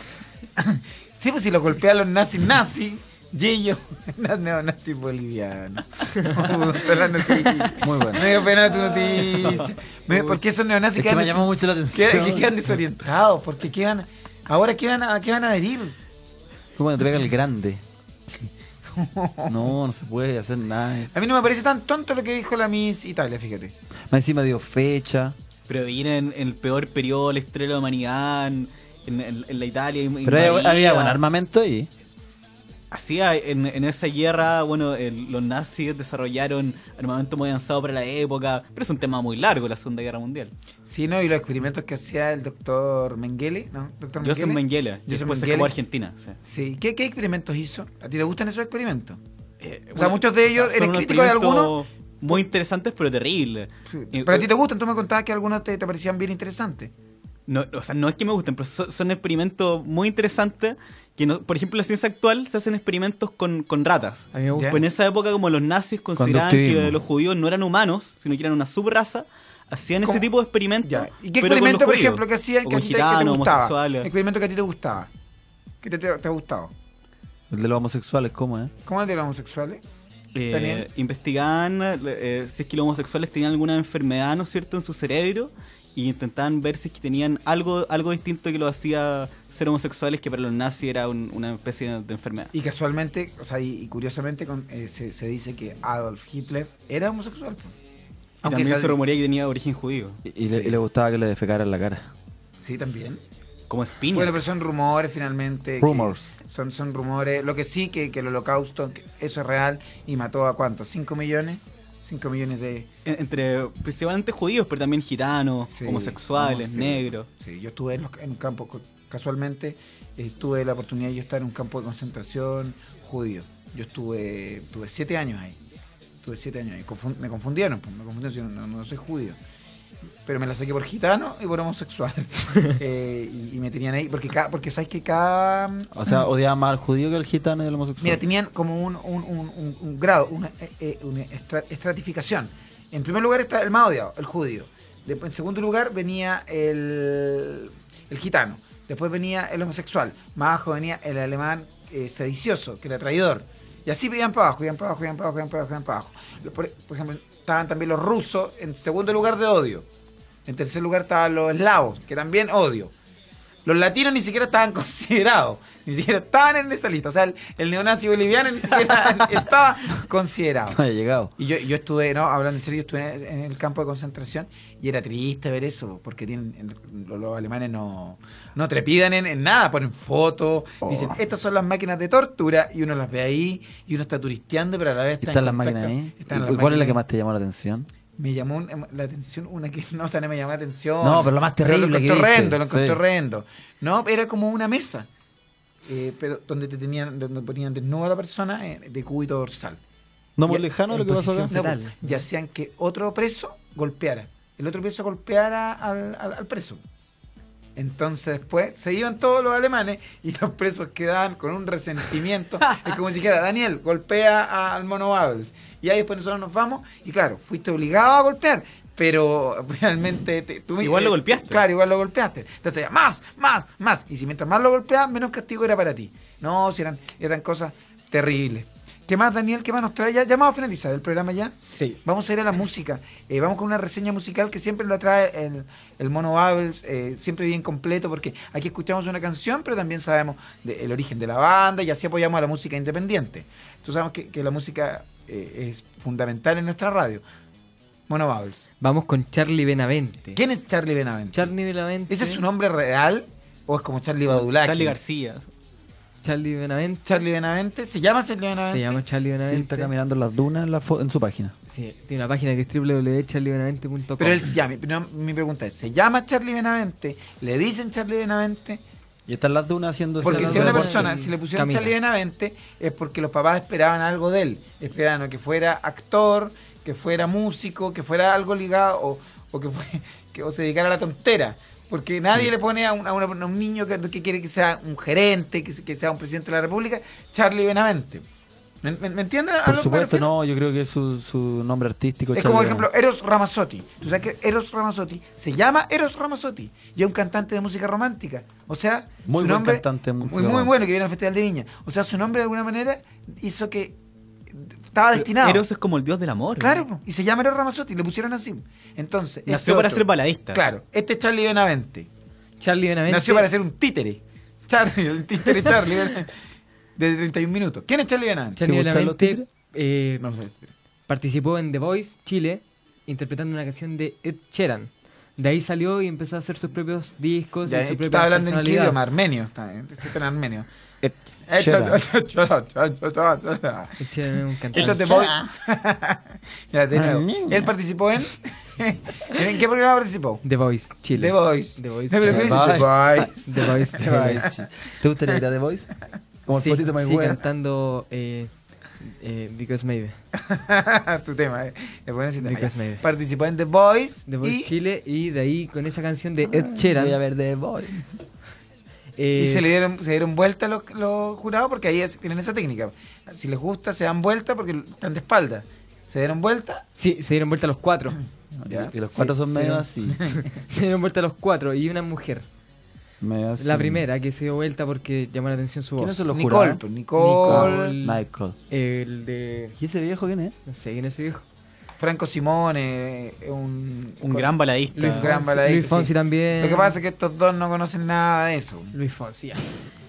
Speaker 1: sí, pues si los golpean los nazis, nazis. Y ellos, neonazis bolivianos.
Speaker 7: Muy bueno.
Speaker 1: Me dio pena tu noticia. Me- porque esos neonazis
Speaker 7: Es que
Speaker 1: quedan
Speaker 7: me
Speaker 1: des-
Speaker 7: llamó mucho la atención.
Speaker 1: quedan- que quedan desorientados. Porque quedan, ahora, ¿qué van a, a qué van a adherir?
Speaker 7: Fue cuando te pega el grande. No, no se puede hacer nada.
Speaker 1: A mí no me parece tan tonto lo que dijo la Miss Italia, fíjate.
Speaker 7: Más encima dio fecha.
Speaker 4: Pero vivir en, en el peor periodo de la historia de la humanidad, en, en- en la Italia.
Speaker 7: Pero había, había buen armamento ahí.
Speaker 4: Así, en, en esa guerra, bueno, el- los nazis desarrollaron armamento muy avanzado para la época, pero es un tema muy largo la Segunda Guerra Mundial.
Speaker 1: Sí, ¿no? Y los experimentos que hacía el doctor Mengele, ¿no? Doctor
Speaker 4: Joseph Mengele, que
Speaker 1: Joseph
Speaker 4: después se
Speaker 1: Mengele.
Speaker 4: acabó Argentina. sí.
Speaker 1: Sí. ¿Qué, qué experimentos hizo? ¿A ti te gustan esos experimentos?
Speaker 4: Eh,
Speaker 1: o sea, muchos de ellos,
Speaker 4: son
Speaker 1: eres
Speaker 4: unos
Speaker 1: crítico de
Speaker 4: proyectos
Speaker 1: algunos.
Speaker 4: Muy interesantes, pero Eh, terribles.
Speaker 1: Pero a ti te gustan, tú me contabas que algunos te, te parecían bien interesantes.
Speaker 4: No, o sea, no es que me gusten, pero son, son experimentos muy interesantes. Que no- por ejemplo, en la ciencia actual se hacen experimentos con, con ratas.
Speaker 3: A mí me gusta.
Speaker 4: Pues en esa época, como los nazis consideraban que
Speaker 3: Conductivismo.
Speaker 4: los judíos no eran humanos, sino que eran una subraza, hacían
Speaker 1: ¿Cómo?
Speaker 4: ese tipo de experimentos.
Speaker 1: ¿Y qué
Speaker 4: pero con
Speaker 1: experimento,
Speaker 4: los
Speaker 1: por
Speaker 4: judíos?
Speaker 1: ejemplo, que hacían
Speaker 4: O
Speaker 1: que a
Speaker 4: con
Speaker 1: ti te, que te
Speaker 4: gitanos,
Speaker 1: gustaba?
Speaker 4: homosexuales.
Speaker 1: El experimento que a ti te gustaba. ¿Qué te, te- te ha gustado?
Speaker 7: El de los homosexuales, ¿cómo, eh?
Speaker 1: ¿Cómo es de los homosexuales?
Speaker 4: Eh,
Speaker 1: Daniel.
Speaker 4: investigaban eh, si es que los homosexuales tenían alguna enfermedad, ¿no es cierto?, en su cerebro y intentaban ver si es que tenían algo, algo distinto que los hacía ser homosexuales, que para los nazis era un- una especie de enfermedad.
Speaker 1: Y casualmente, o sea, y, y curiosamente con- eh, se, se dice que Adolf Hitler era homosexual. pues.
Speaker 4: Y
Speaker 1: Aunque
Speaker 4: también
Speaker 1: esa-
Speaker 4: se rumorea que tenía origen judío.
Speaker 7: Y, le, y le gustaba que le defecaran la cara.
Speaker 1: Sí, también.
Speaker 4: Como Spinner.
Speaker 1: Bueno, pero son rumores finalmente. que-
Speaker 7: Rumors.
Speaker 1: Son, son rumores. Lo que sí, que, que el holocausto, que eso es real. Y mató a cuánto? ¿5 millones? 5 millones de...
Speaker 4: En- Entre principalmente judíos, pero también gitanos,
Speaker 1: Sí,
Speaker 4: homosexuales,
Speaker 1: homo- sí.
Speaker 4: negros.
Speaker 1: Sí, yo estuve en, los- en un campo, co- casualmente, eh, tuve la oportunidad de yo estar en un campo de concentración judío. Yo estuve, tuve siete años ahí. Tuve siete años ahí. Confun- me confundieron, pues, me confundieron, si no, no- no soy judío. Pero me la saqué por gitano y por homosexual. Eh, y, y me tenían ahí, porque, cada, porque sabes que cada...
Speaker 7: O sea, odiaba más al judío que al gitano y al homosexual.
Speaker 1: Mira, tenían como un, un- un- un- un grado, una, eh, eh, una estra- estratificación. En primer lugar está el más odiado, el judío. Después, en segundo lugar venía el, el gitano. Después venía el homosexual. Más abajo venía el alemán eh, sedicioso, que era traidor. Y así iban para abajo, iban para abajo, iban para abajo, iban para abajo, iban para abajo. Por, por ejemplo, estaban también los rusos en segundo lugar de odio. En tercer lugar estaban los eslavos, que también odio. Los latinos ni siquiera estaban considerados, ni siquiera estaban en esa lista. O sea, el, el neonazi boliviano ni siquiera estaba considerado.
Speaker 7: No había llegado.
Speaker 1: Y yo, yo estuve, no, hablando en serio, yo estuve en el, en el campo de concentración y era triste ver eso, porque tienen, en- los, los alemanes no, no trepidan en, en nada, ponen fotos, dicen,
Speaker 7: Oh.
Speaker 1: estas son las máquinas de tortura, y uno las ve ahí, y uno está turisteando, pero a la vez
Speaker 7: ¿Y
Speaker 1: está
Speaker 7: están
Speaker 1: en
Speaker 7: las
Speaker 1: contacto-
Speaker 7: máquinas ahí?
Speaker 1: están
Speaker 7: ¿Y
Speaker 1: las
Speaker 7: cuál es la
Speaker 1: máquinas
Speaker 7: que
Speaker 1: ahí.
Speaker 7: más te llamó la atención?
Speaker 1: Me llamó un- em, la atención una que no, o sea, no me llamó la atención.
Speaker 7: No, pero lo más terrible
Speaker 1: lo
Speaker 7: que
Speaker 1: encontré
Speaker 7: viste,
Speaker 1: horrendo, lo encontré
Speaker 7: sí.
Speaker 1: horrendo. No, era como una mesa. eh, pero donde te tenían, donde ponían desnudo a la persona eh, de cúbito dorsal.
Speaker 7: No muy
Speaker 1: Y-
Speaker 7: lejano de lo
Speaker 1: en
Speaker 7: que pasó
Speaker 1: posición
Speaker 7: acá.
Speaker 1: fetal. No, y hacían que otro preso golpeara. El otro preso golpeara al, al- al preso. Entonces después se iban todos los alemanes y los presos quedaban con un resentimiento. es como si dijera, Daniel, golpea a- al mono Babels. Y ahí después nosotros nos vamos y claro, fuiste obligado a golpear. Pero finalmente te- tú
Speaker 4: Igual lo
Speaker 1: eh,
Speaker 4: golpeaste.
Speaker 1: Claro, igual lo golpeaste. Entonces, más, más, más. Y si mientras más lo golpeabas, menos castigo era para ti. No, si eran, eran cosas terribles. ¿Qué más, Daniel? ¿Qué más nos trae? Ya, ya vamos a finalizar el programa ya.
Speaker 6: Sí.
Speaker 1: Vamos a ir a la música. Eh, vamos con una reseña musical que siempre la trae el, el Mono Babels, eh, siempre bien completo, porque aquí escuchamos una canción, pero también sabemos de- el origen de la banda y así apoyamos a la música independiente. Tú sabes que, que la música eh, es fundamental en nuestra radio. Mono Babels.
Speaker 3: Vamos con Charlie Benavente.
Speaker 1: ¿Quién es Charlie Benavente?
Speaker 3: Charlie Benavente.
Speaker 1: ¿Ese es su nombre real o es como Charlie Badulac?
Speaker 4: Charlie García.
Speaker 3: Charlie Benavente.
Speaker 1: Charlie Benavente. ¿Se llama Charlie Benavente?
Speaker 3: Se llama Charlie
Speaker 7: Sí, está
Speaker 3: Benavente.
Speaker 7: caminando en las dunas en, la fo- en su página.
Speaker 3: Sí, tiene una página que es www.charliebenavente.com.
Speaker 1: Pero él se llama. no, mi pregunta es: ¿se llama Charlie Benavente? ¿Le dicen Charlie Benavente?
Speaker 7: Y está en las dunas haciendo ese-
Speaker 1: Porque
Speaker 7: ese
Speaker 1: si a una
Speaker 7: deporte.
Speaker 1: persona, si le pusieron
Speaker 7: Camina.
Speaker 1: Charlie Benavente, es porque los papás esperaban algo de él. Esperaban que fuera actor, que fuera músico, que fuera algo ligado o, o que, fue- que- o se dedicara a la tontera. Porque nadie le pone a un, a una- a un niño que, que quiere que sea un gerente, que, se- que sea un presidente de la República, Charlie Benavente. ¿Me, me- me entienden? a
Speaker 7: Por
Speaker 1: lo que me
Speaker 7: supuesto,
Speaker 1: refiero?
Speaker 7: no, yo creo que es su, su nombre artístico.
Speaker 1: Es como, por
Speaker 7: Charlie
Speaker 1: ejemplo, Eros Ramazzotti. Tú sabes que Eros Ramazzotti se llama Eros Ramazzotti y es un cantante de música romántica. O sea,
Speaker 7: Muy
Speaker 1: su
Speaker 7: buen
Speaker 1: nombre,
Speaker 7: cantante de música
Speaker 1: muy, muy
Speaker 7: romántica.
Speaker 1: bueno que viene al Festival de Viña. O sea, su nombre de alguna manera hizo que estaba destinado.
Speaker 4: Eros es como el dios del amor.
Speaker 1: Claro, po. y se llama Eros Ramazzotti, le pusieron así. Entonces, este
Speaker 4: Nació para ser baladista.
Speaker 1: Claro, este es Charlie Benavente.
Speaker 3: Charlie Benavente.
Speaker 1: Nació para ser un títere. Charlie, el títere Charlie Benavente. de 31 minutos. ¿Quién es Charlie Benavente?
Speaker 3: Charlie
Speaker 1: ¿Te gustan los
Speaker 3: Benavente eh,
Speaker 1: No sé.
Speaker 3: participó en The Voice Chile interpretando una canción de Ed Sheeran. De ahí salió y empezó a hacer sus propios discos.
Speaker 1: Ya,
Speaker 3: y su
Speaker 1: tú
Speaker 3: propia
Speaker 1: estás hablando en qué
Speaker 3: personalidad. Eh,
Speaker 1: idioma armenio. Está, está en armenio.
Speaker 3: Sheeran.
Speaker 1: Esto
Speaker 3: Ed Sheeran es un cantante.
Speaker 1: es de Boy. Ya, de nuevo. Él participó en. ¿En qué programa participó?
Speaker 3: The Voice Chile.
Speaker 1: The Voice.
Speaker 3: The Voice
Speaker 1: No, pero ¿qué
Speaker 3: Chile.
Speaker 1: dices? The Voice.
Speaker 3: The Voice
Speaker 7: Benavente. ¿Te gustaría ir a The Voice? Como el
Speaker 3: sí,
Speaker 7: potito más
Speaker 3: sí,
Speaker 7: hueá.
Speaker 3: cantando eh, Eh, because maybe.
Speaker 1: tu tema, eh. Le pones el tema, ya.
Speaker 3: Because maybe.
Speaker 1: Participó en The Voice.
Speaker 3: The Voice
Speaker 1: y- Ah,
Speaker 3: Chile y de ahí con esa canción de Ed Sheeran. eh,
Speaker 1: voy a ver
Speaker 3: The Voice.
Speaker 1: y se le dieron, se dieron vuelta los, los jurados porque ahí es- tienen esa técnica. Si les gusta, se dan vuelta porque están de espalda. Se dieron vuelta.
Speaker 3: Sí, se dieron vuelta los cuatro.
Speaker 1: Ya.
Speaker 7: Y los cuatro son
Speaker 3: se
Speaker 7: medio
Speaker 3: dieron-
Speaker 7: así.
Speaker 3: se dieron vuelta los cuatro y una mujer.
Speaker 7: Medio así.
Speaker 3: La primera que se dio vuelta porque llamó la atención su voz.
Speaker 7: ¿Quiénes son los Nicole, jurados? pues, Nicole. Michael.
Speaker 3: El de.
Speaker 7: ¿Y ese viejo quién es?
Speaker 3: No sé quién es ese viejo.
Speaker 1: Franco Simone, eh, un,
Speaker 13: Un gran baladista.
Speaker 1: Luis,
Speaker 13: Luis
Speaker 1: gran
Speaker 13: Fonsi-
Speaker 1: baladista,
Speaker 13: Luis Fonsi
Speaker 1: sí.
Speaker 13: también.
Speaker 1: Lo que pasa es que estos dos no conocen nada de eso.
Speaker 3: Luis Fonsi, ya.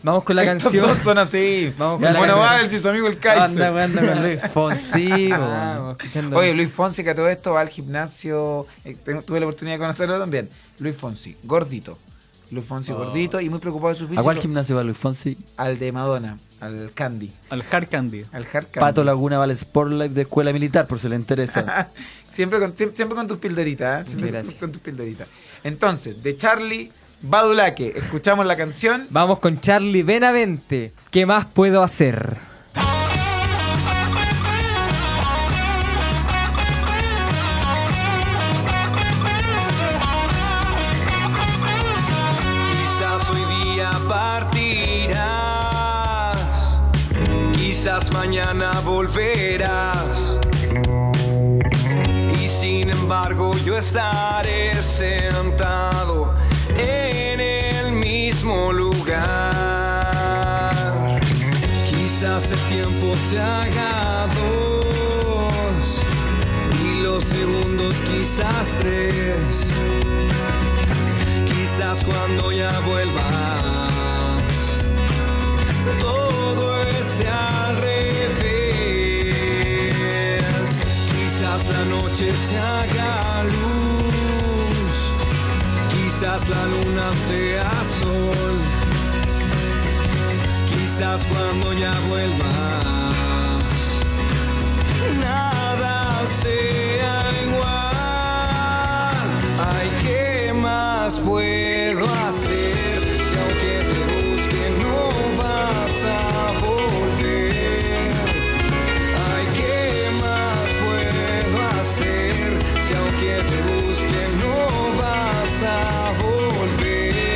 Speaker 3: Vamos con la
Speaker 1: Estos
Speaker 3: canción.
Speaker 1: dos son así.
Speaker 3: Vamos con
Speaker 1: el
Speaker 3: la
Speaker 1: Mono
Speaker 3: canción.
Speaker 1: Valls y su amigo el Kaiser.
Speaker 7: Anda, anda con Luis
Speaker 3: Ah,
Speaker 7: Fonsi, po.
Speaker 1: Vamos,
Speaker 7: escuchando.
Speaker 1: Oye, Luis Fonsi que a todo esto va al gimnasio. eh, tengo- tuve la oportunidad de conocerlo también. Luis Fonsi, gordito. Luis Fonsi,
Speaker 7: Oh.
Speaker 1: gordito y muy preocupado de su físico.
Speaker 7: ¿A cuál gimnasio va Luis Fonsi?
Speaker 1: Al de Madonna, al Candy.
Speaker 13: Al Hard Candy.
Speaker 1: Al Hard Candy.
Speaker 7: Pato Laguna va al Sport Life de Escuela Militar, por si le interesa.
Speaker 1: siempre, con, siem- siempre, con tus pildoritas. ¿eh? Siempre
Speaker 7: Gracias.
Speaker 1: con tus pildoritas. Entonces, de Charlie Badulaque, escuchamos la canción.
Speaker 3: Vamos con Charlie Benavente. ¿Qué más puedo hacer?
Speaker 4: Quizás hoy día partirás, quizás mañana volverás. Y sin embargo yo estaré sentado en el mismo lugar. Quizás el tiempo se haga dos y los segundos quizás tres. Quizás cuando ya vuelvas, todo esté al revés. Quizás la noche se haga luz, quizás la luna sea sol. Quizás cuando ya vuelvas, nada sea igual. Ay, ¿qué más puedo hacer? Si aunque te busque no vas a volver. Ay, ¿qué más puedo hacer? Si aunque te busque no vas a volver.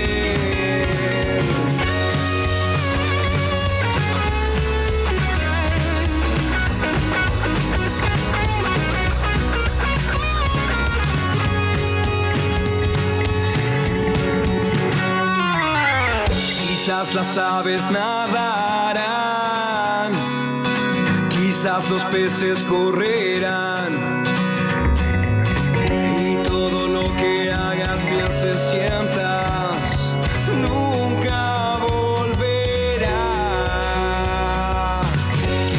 Speaker 4: Quizás las aves nadarán, quizás los peces correrán. Y todo lo que hagas, bien se sientas, nunca volverá.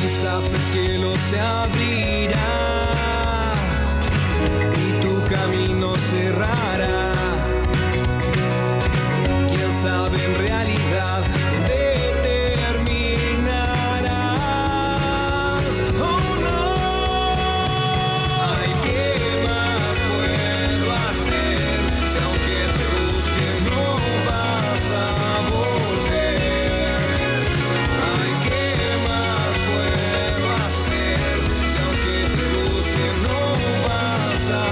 Speaker 4: Quizás el cielo se abrirá y tu camino cerrará quién sabe en realidad determinarás. Oh no, ay, ¿qué más puedo hacer? Si aunque te busque no vas a volver. Ay, ¿qué más puedo hacer? Si aunque te busque no vas a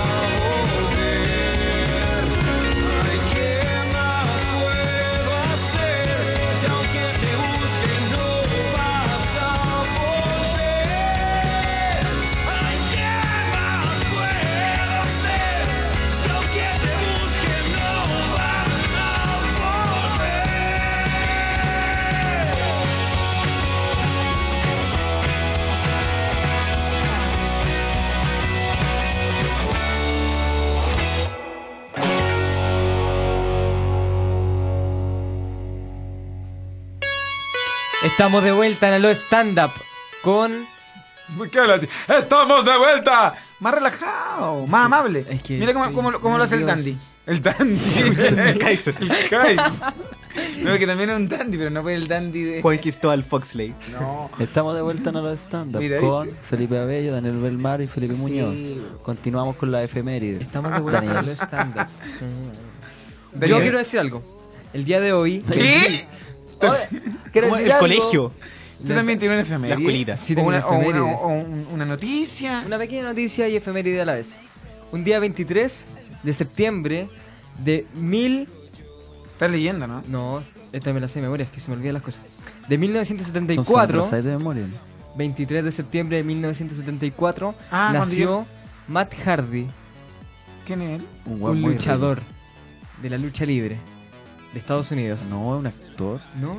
Speaker 4: volver. Ay, ¿qué más puedo hacer? Si aunque te busque no vas a volver. Ay, ¿qué más puedo hacer? Si aunque te busque no vas a
Speaker 3: Estamos de vuelta en Aló Stand Up con.
Speaker 1: ¿Por qué hablas así? ¡Estamos de vuelta! Más relajado, más amable. Mira cómo, cómo lo- cómo lo hace el
Speaker 3: nervioso.
Speaker 1: dandy. El dandy. el Kaiser. El Kaiser. Pues, No, que también es un dandy, pero no fue el dandy de...
Speaker 13: Juan Cristóbal Foxley.
Speaker 1: No.
Speaker 7: Estamos de vuelta en los stand-up
Speaker 1: Mira, ¿viste?
Speaker 7: con Felipe Abello, Daniel Belmar y Felipe
Speaker 1: Sí,
Speaker 7: Muñoz. Continuamos con la efemérides.
Speaker 3: Estamos de vuelta en Aló
Speaker 7: Daniel.
Speaker 3: Stand Up. Yo
Speaker 7: Daniel.
Speaker 3: quiero decir algo. El día de hoy.
Speaker 7: ¿Qué? Oye, quiero
Speaker 3: ¿Cómo
Speaker 7: decir
Speaker 3: el
Speaker 7: algo.
Speaker 3: colegio?
Speaker 1: Usted también tiene una efeméride.
Speaker 3: Las colitas. Sí,
Speaker 1: o
Speaker 3: tengo
Speaker 1: una,
Speaker 3: una
Speaker 1: o una-
Speaker 3: efeméride.
Speaker 1: o un- una noticia.
Speaker 3: Una pequeña noticia y efeméride a la vez. Un día 23 de septiembre de mil...
Speaker 1: Estás leyendo, ¿no?
Speaker 3: No, esta me la sé de memoria, es que se me olvidan las cosas. De
Speaker 7: Entonces, ¿no
Speaker 3: 1974...
Speaker 7: sabes de memoria, no?
Speaker 3: 23 de septiembre de 1974
Speaker 1: Ah, cuando
Speaker 3: nació Matt Hardy,
Speaker 1: ¿Quién es él?
Speaker 7: Un,
Speaker 3: un luchador de la lucha libre de Estados Unidos.
Speaker 7: No, es un actor.
Speaker 3: No,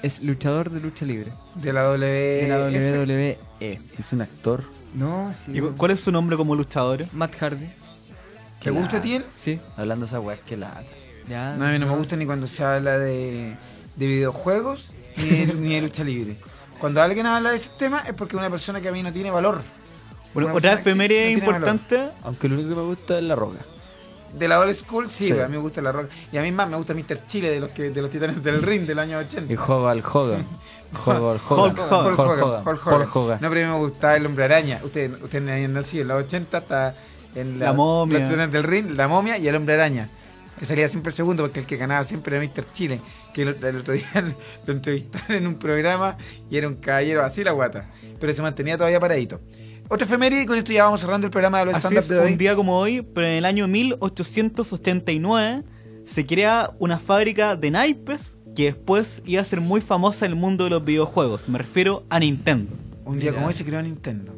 Speaker 3: es luchador de lucha libre.
Speaker 1: De la W.
Speaker 3: De la WWE.
Speaker 7: Eh, Es un actor.
Speaker 3: No, sí.
Speaker 4: ¿Y cu- cuál es su nombre como luchador?
Speaker 3: Matt Hardy.
Speaker 1: ¿Te gusta a ti él?
Speaker 3: Sí.
Speaker 7: Hablando de esa weá, que la.
Speaker 3: Ya,
Speaker 1: No, a mí no me gusta ni cuando se habla de, de videojuegos ni de, ni de lucha libre. Cuando alguien habla de ese tema es porque una persona que a mí no tiene valor.
Speaker 4: Bueno,
Speaker 1: Una
Speaker 4: otra
Speaker 1: persona que sí,
Speaker 4: efeméride
Speaker 1: no tiene valor.
Speaker 4: importante.
Speaker 7: Aunque lo único que me gusta es la roca.
Speaker 1: De la old school, sí,
Speaker 7: Sí.
Speaker 1: a mí me gusta la rock. Y a mí más me gusta Mr. Chile de los que de los Titanes del Ring del año 80.
Speaker 7: Y juego al Hogan. Juego al Hogan.
Speaker 1: Hulk Hogan, Hulk Hogan, Hulk Hogan.
Speaker 7: Hulk Hogan.
Speaker 1: No, pero a mí me gustaba el hombre araña. Ustedes ustedes no habían nacido en los 80 hasta en la,
Speaker 4: La momia.
Speaker 1: las Titanes del ring, la momia y el hombre araña. Que salía siempre el segundo porque el que ganaba siempre era Mr. Chile. Que el, el otro día lo entrevistaron en un programa y era un caballero así la guata. Pero se mantenía todavía paradito. Otro efeméride y con esto ya vamos cerrando el programa de los
Speaker 4: Así
Speaker 1: stand-up
Speaker 4: es,
Speaker 1: de hoy.
Speaker 4: un día como hoy, pero en el año 1889 se crea una fábrica de naipes que después iba a ser muy famosa en el mundo de los videojuegos. Me refiero a Nintendo.
Speaker 1: Un día
Speaker 4: Mira.
Speaker 1: como hoy se creó Nintendo.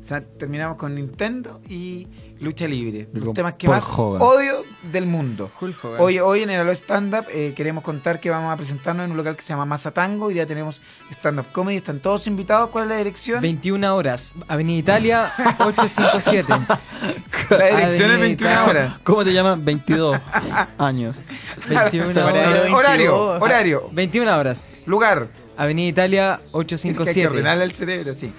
Speaker 1: O sea, terminamos con Nintendo y lucha libre.
Speaker 7: Y
Speaker 1: Los
Speaker 7: con
Speaker 1: temas que
Speaker 7: Paul
Speaker 1: más
Speaker 7: Hogan.
Speaker 1: odio del mundo.
Speaker 3: Hulk Hogan.
Speaker 1: Hoy, hoy en el Alo Stand Up eh, queremos contar que vamos a presentarnos en un local que se llama Masa Tango y ya tenemos stand up comedy. Están todos invitados. ¿Cuál es la dirección?
Speaker 3: 21 horas, Avenida Italia 857. Ah,
Speaker 1: La dirección es
Speaker 3: Avenida
Speaker 1: 21
Speaker 3: Italia.
Speaker 1: horas.
Speaker 7: ¿Cómo te llaman? 22 años.
Speaker 3: 21 horas.
Speaker 1: Horario, horario, horario.
Speaker 3: 21 horas.
Speaker 1: Lugar.
Speaker 3: Avenida Italia
Speaker 1: Es que hay que
Speaker 3: 857.
Speaker 1: ordenarle el cerebro, sí.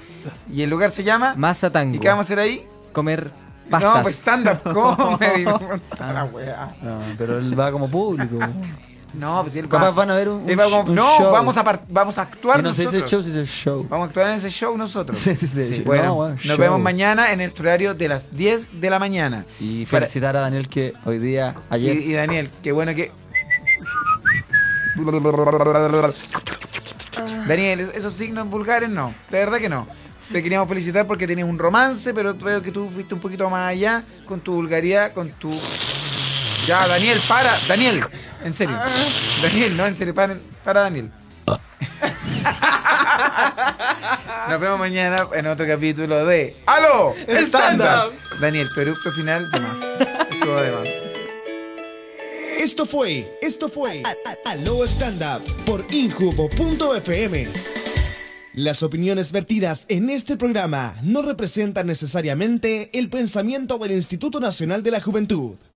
Speaker 1: Y el lugar se llama.
Speaker 3: Masa tango.
Speaker 1: ¿Y qué vamos a hacer ahí?
Speaker 3: Comer
Speaker 1: No,
Speaker 3: pastas.
Speaker 1: pues stand up comedy. Puta la weá.
Speaker 7: No, pero él va como público.
Speaker 1: No, pues él
Speaker 7: Capaz
Speaker 1: va-
Speaker 7: van a ver un,
Speaker 1: él
Speaker 7: un
Speaker 1: va
Speaker 7: sh-
Speaker 1: como-
Speaker 7: un
Speaker 1: no,
Speaker 7: show.
Speaker 1: vamos a par- vamos a actuar
Speaker 7: Y no se dice
Speaker 1: nosotros.
Speaker 7: show, se dice show.
Speaker 1: Vamos a actuar en ese show nosotros.
Speaker 7: Sí, sí, sí.
Speaker 1: Bueno,
Speaker 7: No, bueno,
Speaker 1: nos
Speaker 7: show.
Speaker 1: vemos mañana en el horario de las 10 de la mañana.
Speaker 7: Y
Speaker 1: Para-
Speaker 7: felicitar a Daniel que hoy día,
Speaker 1: Y,
Speaker 7: ayer,
Speaker 1: y Daniel, qué bueno que. Daniel, es- esos signos vulgares no, de verdad que no. Te queríamos felicitar porque tenías un romance, pero veo que tú fuiste un poquito más allá con tu vulgaridad, con tu. Ya, Daniel, para, Daniel, en serio. Daniel, no, en serio, para, para Daniel. Nos vemos mañana en otro capítulo de ¡Aló!
Speaker 9: Stand
Speaker 1: Up! Daniel, producto final de más. Estuvo de más.
Speaker 14: Esto fue, esto fue A- A- Aló Stand Up por Injubo.fm. Las opiniones vertidas en este programa no representan necesariamente el pensamiento del Instituto Nacional de la Juventud.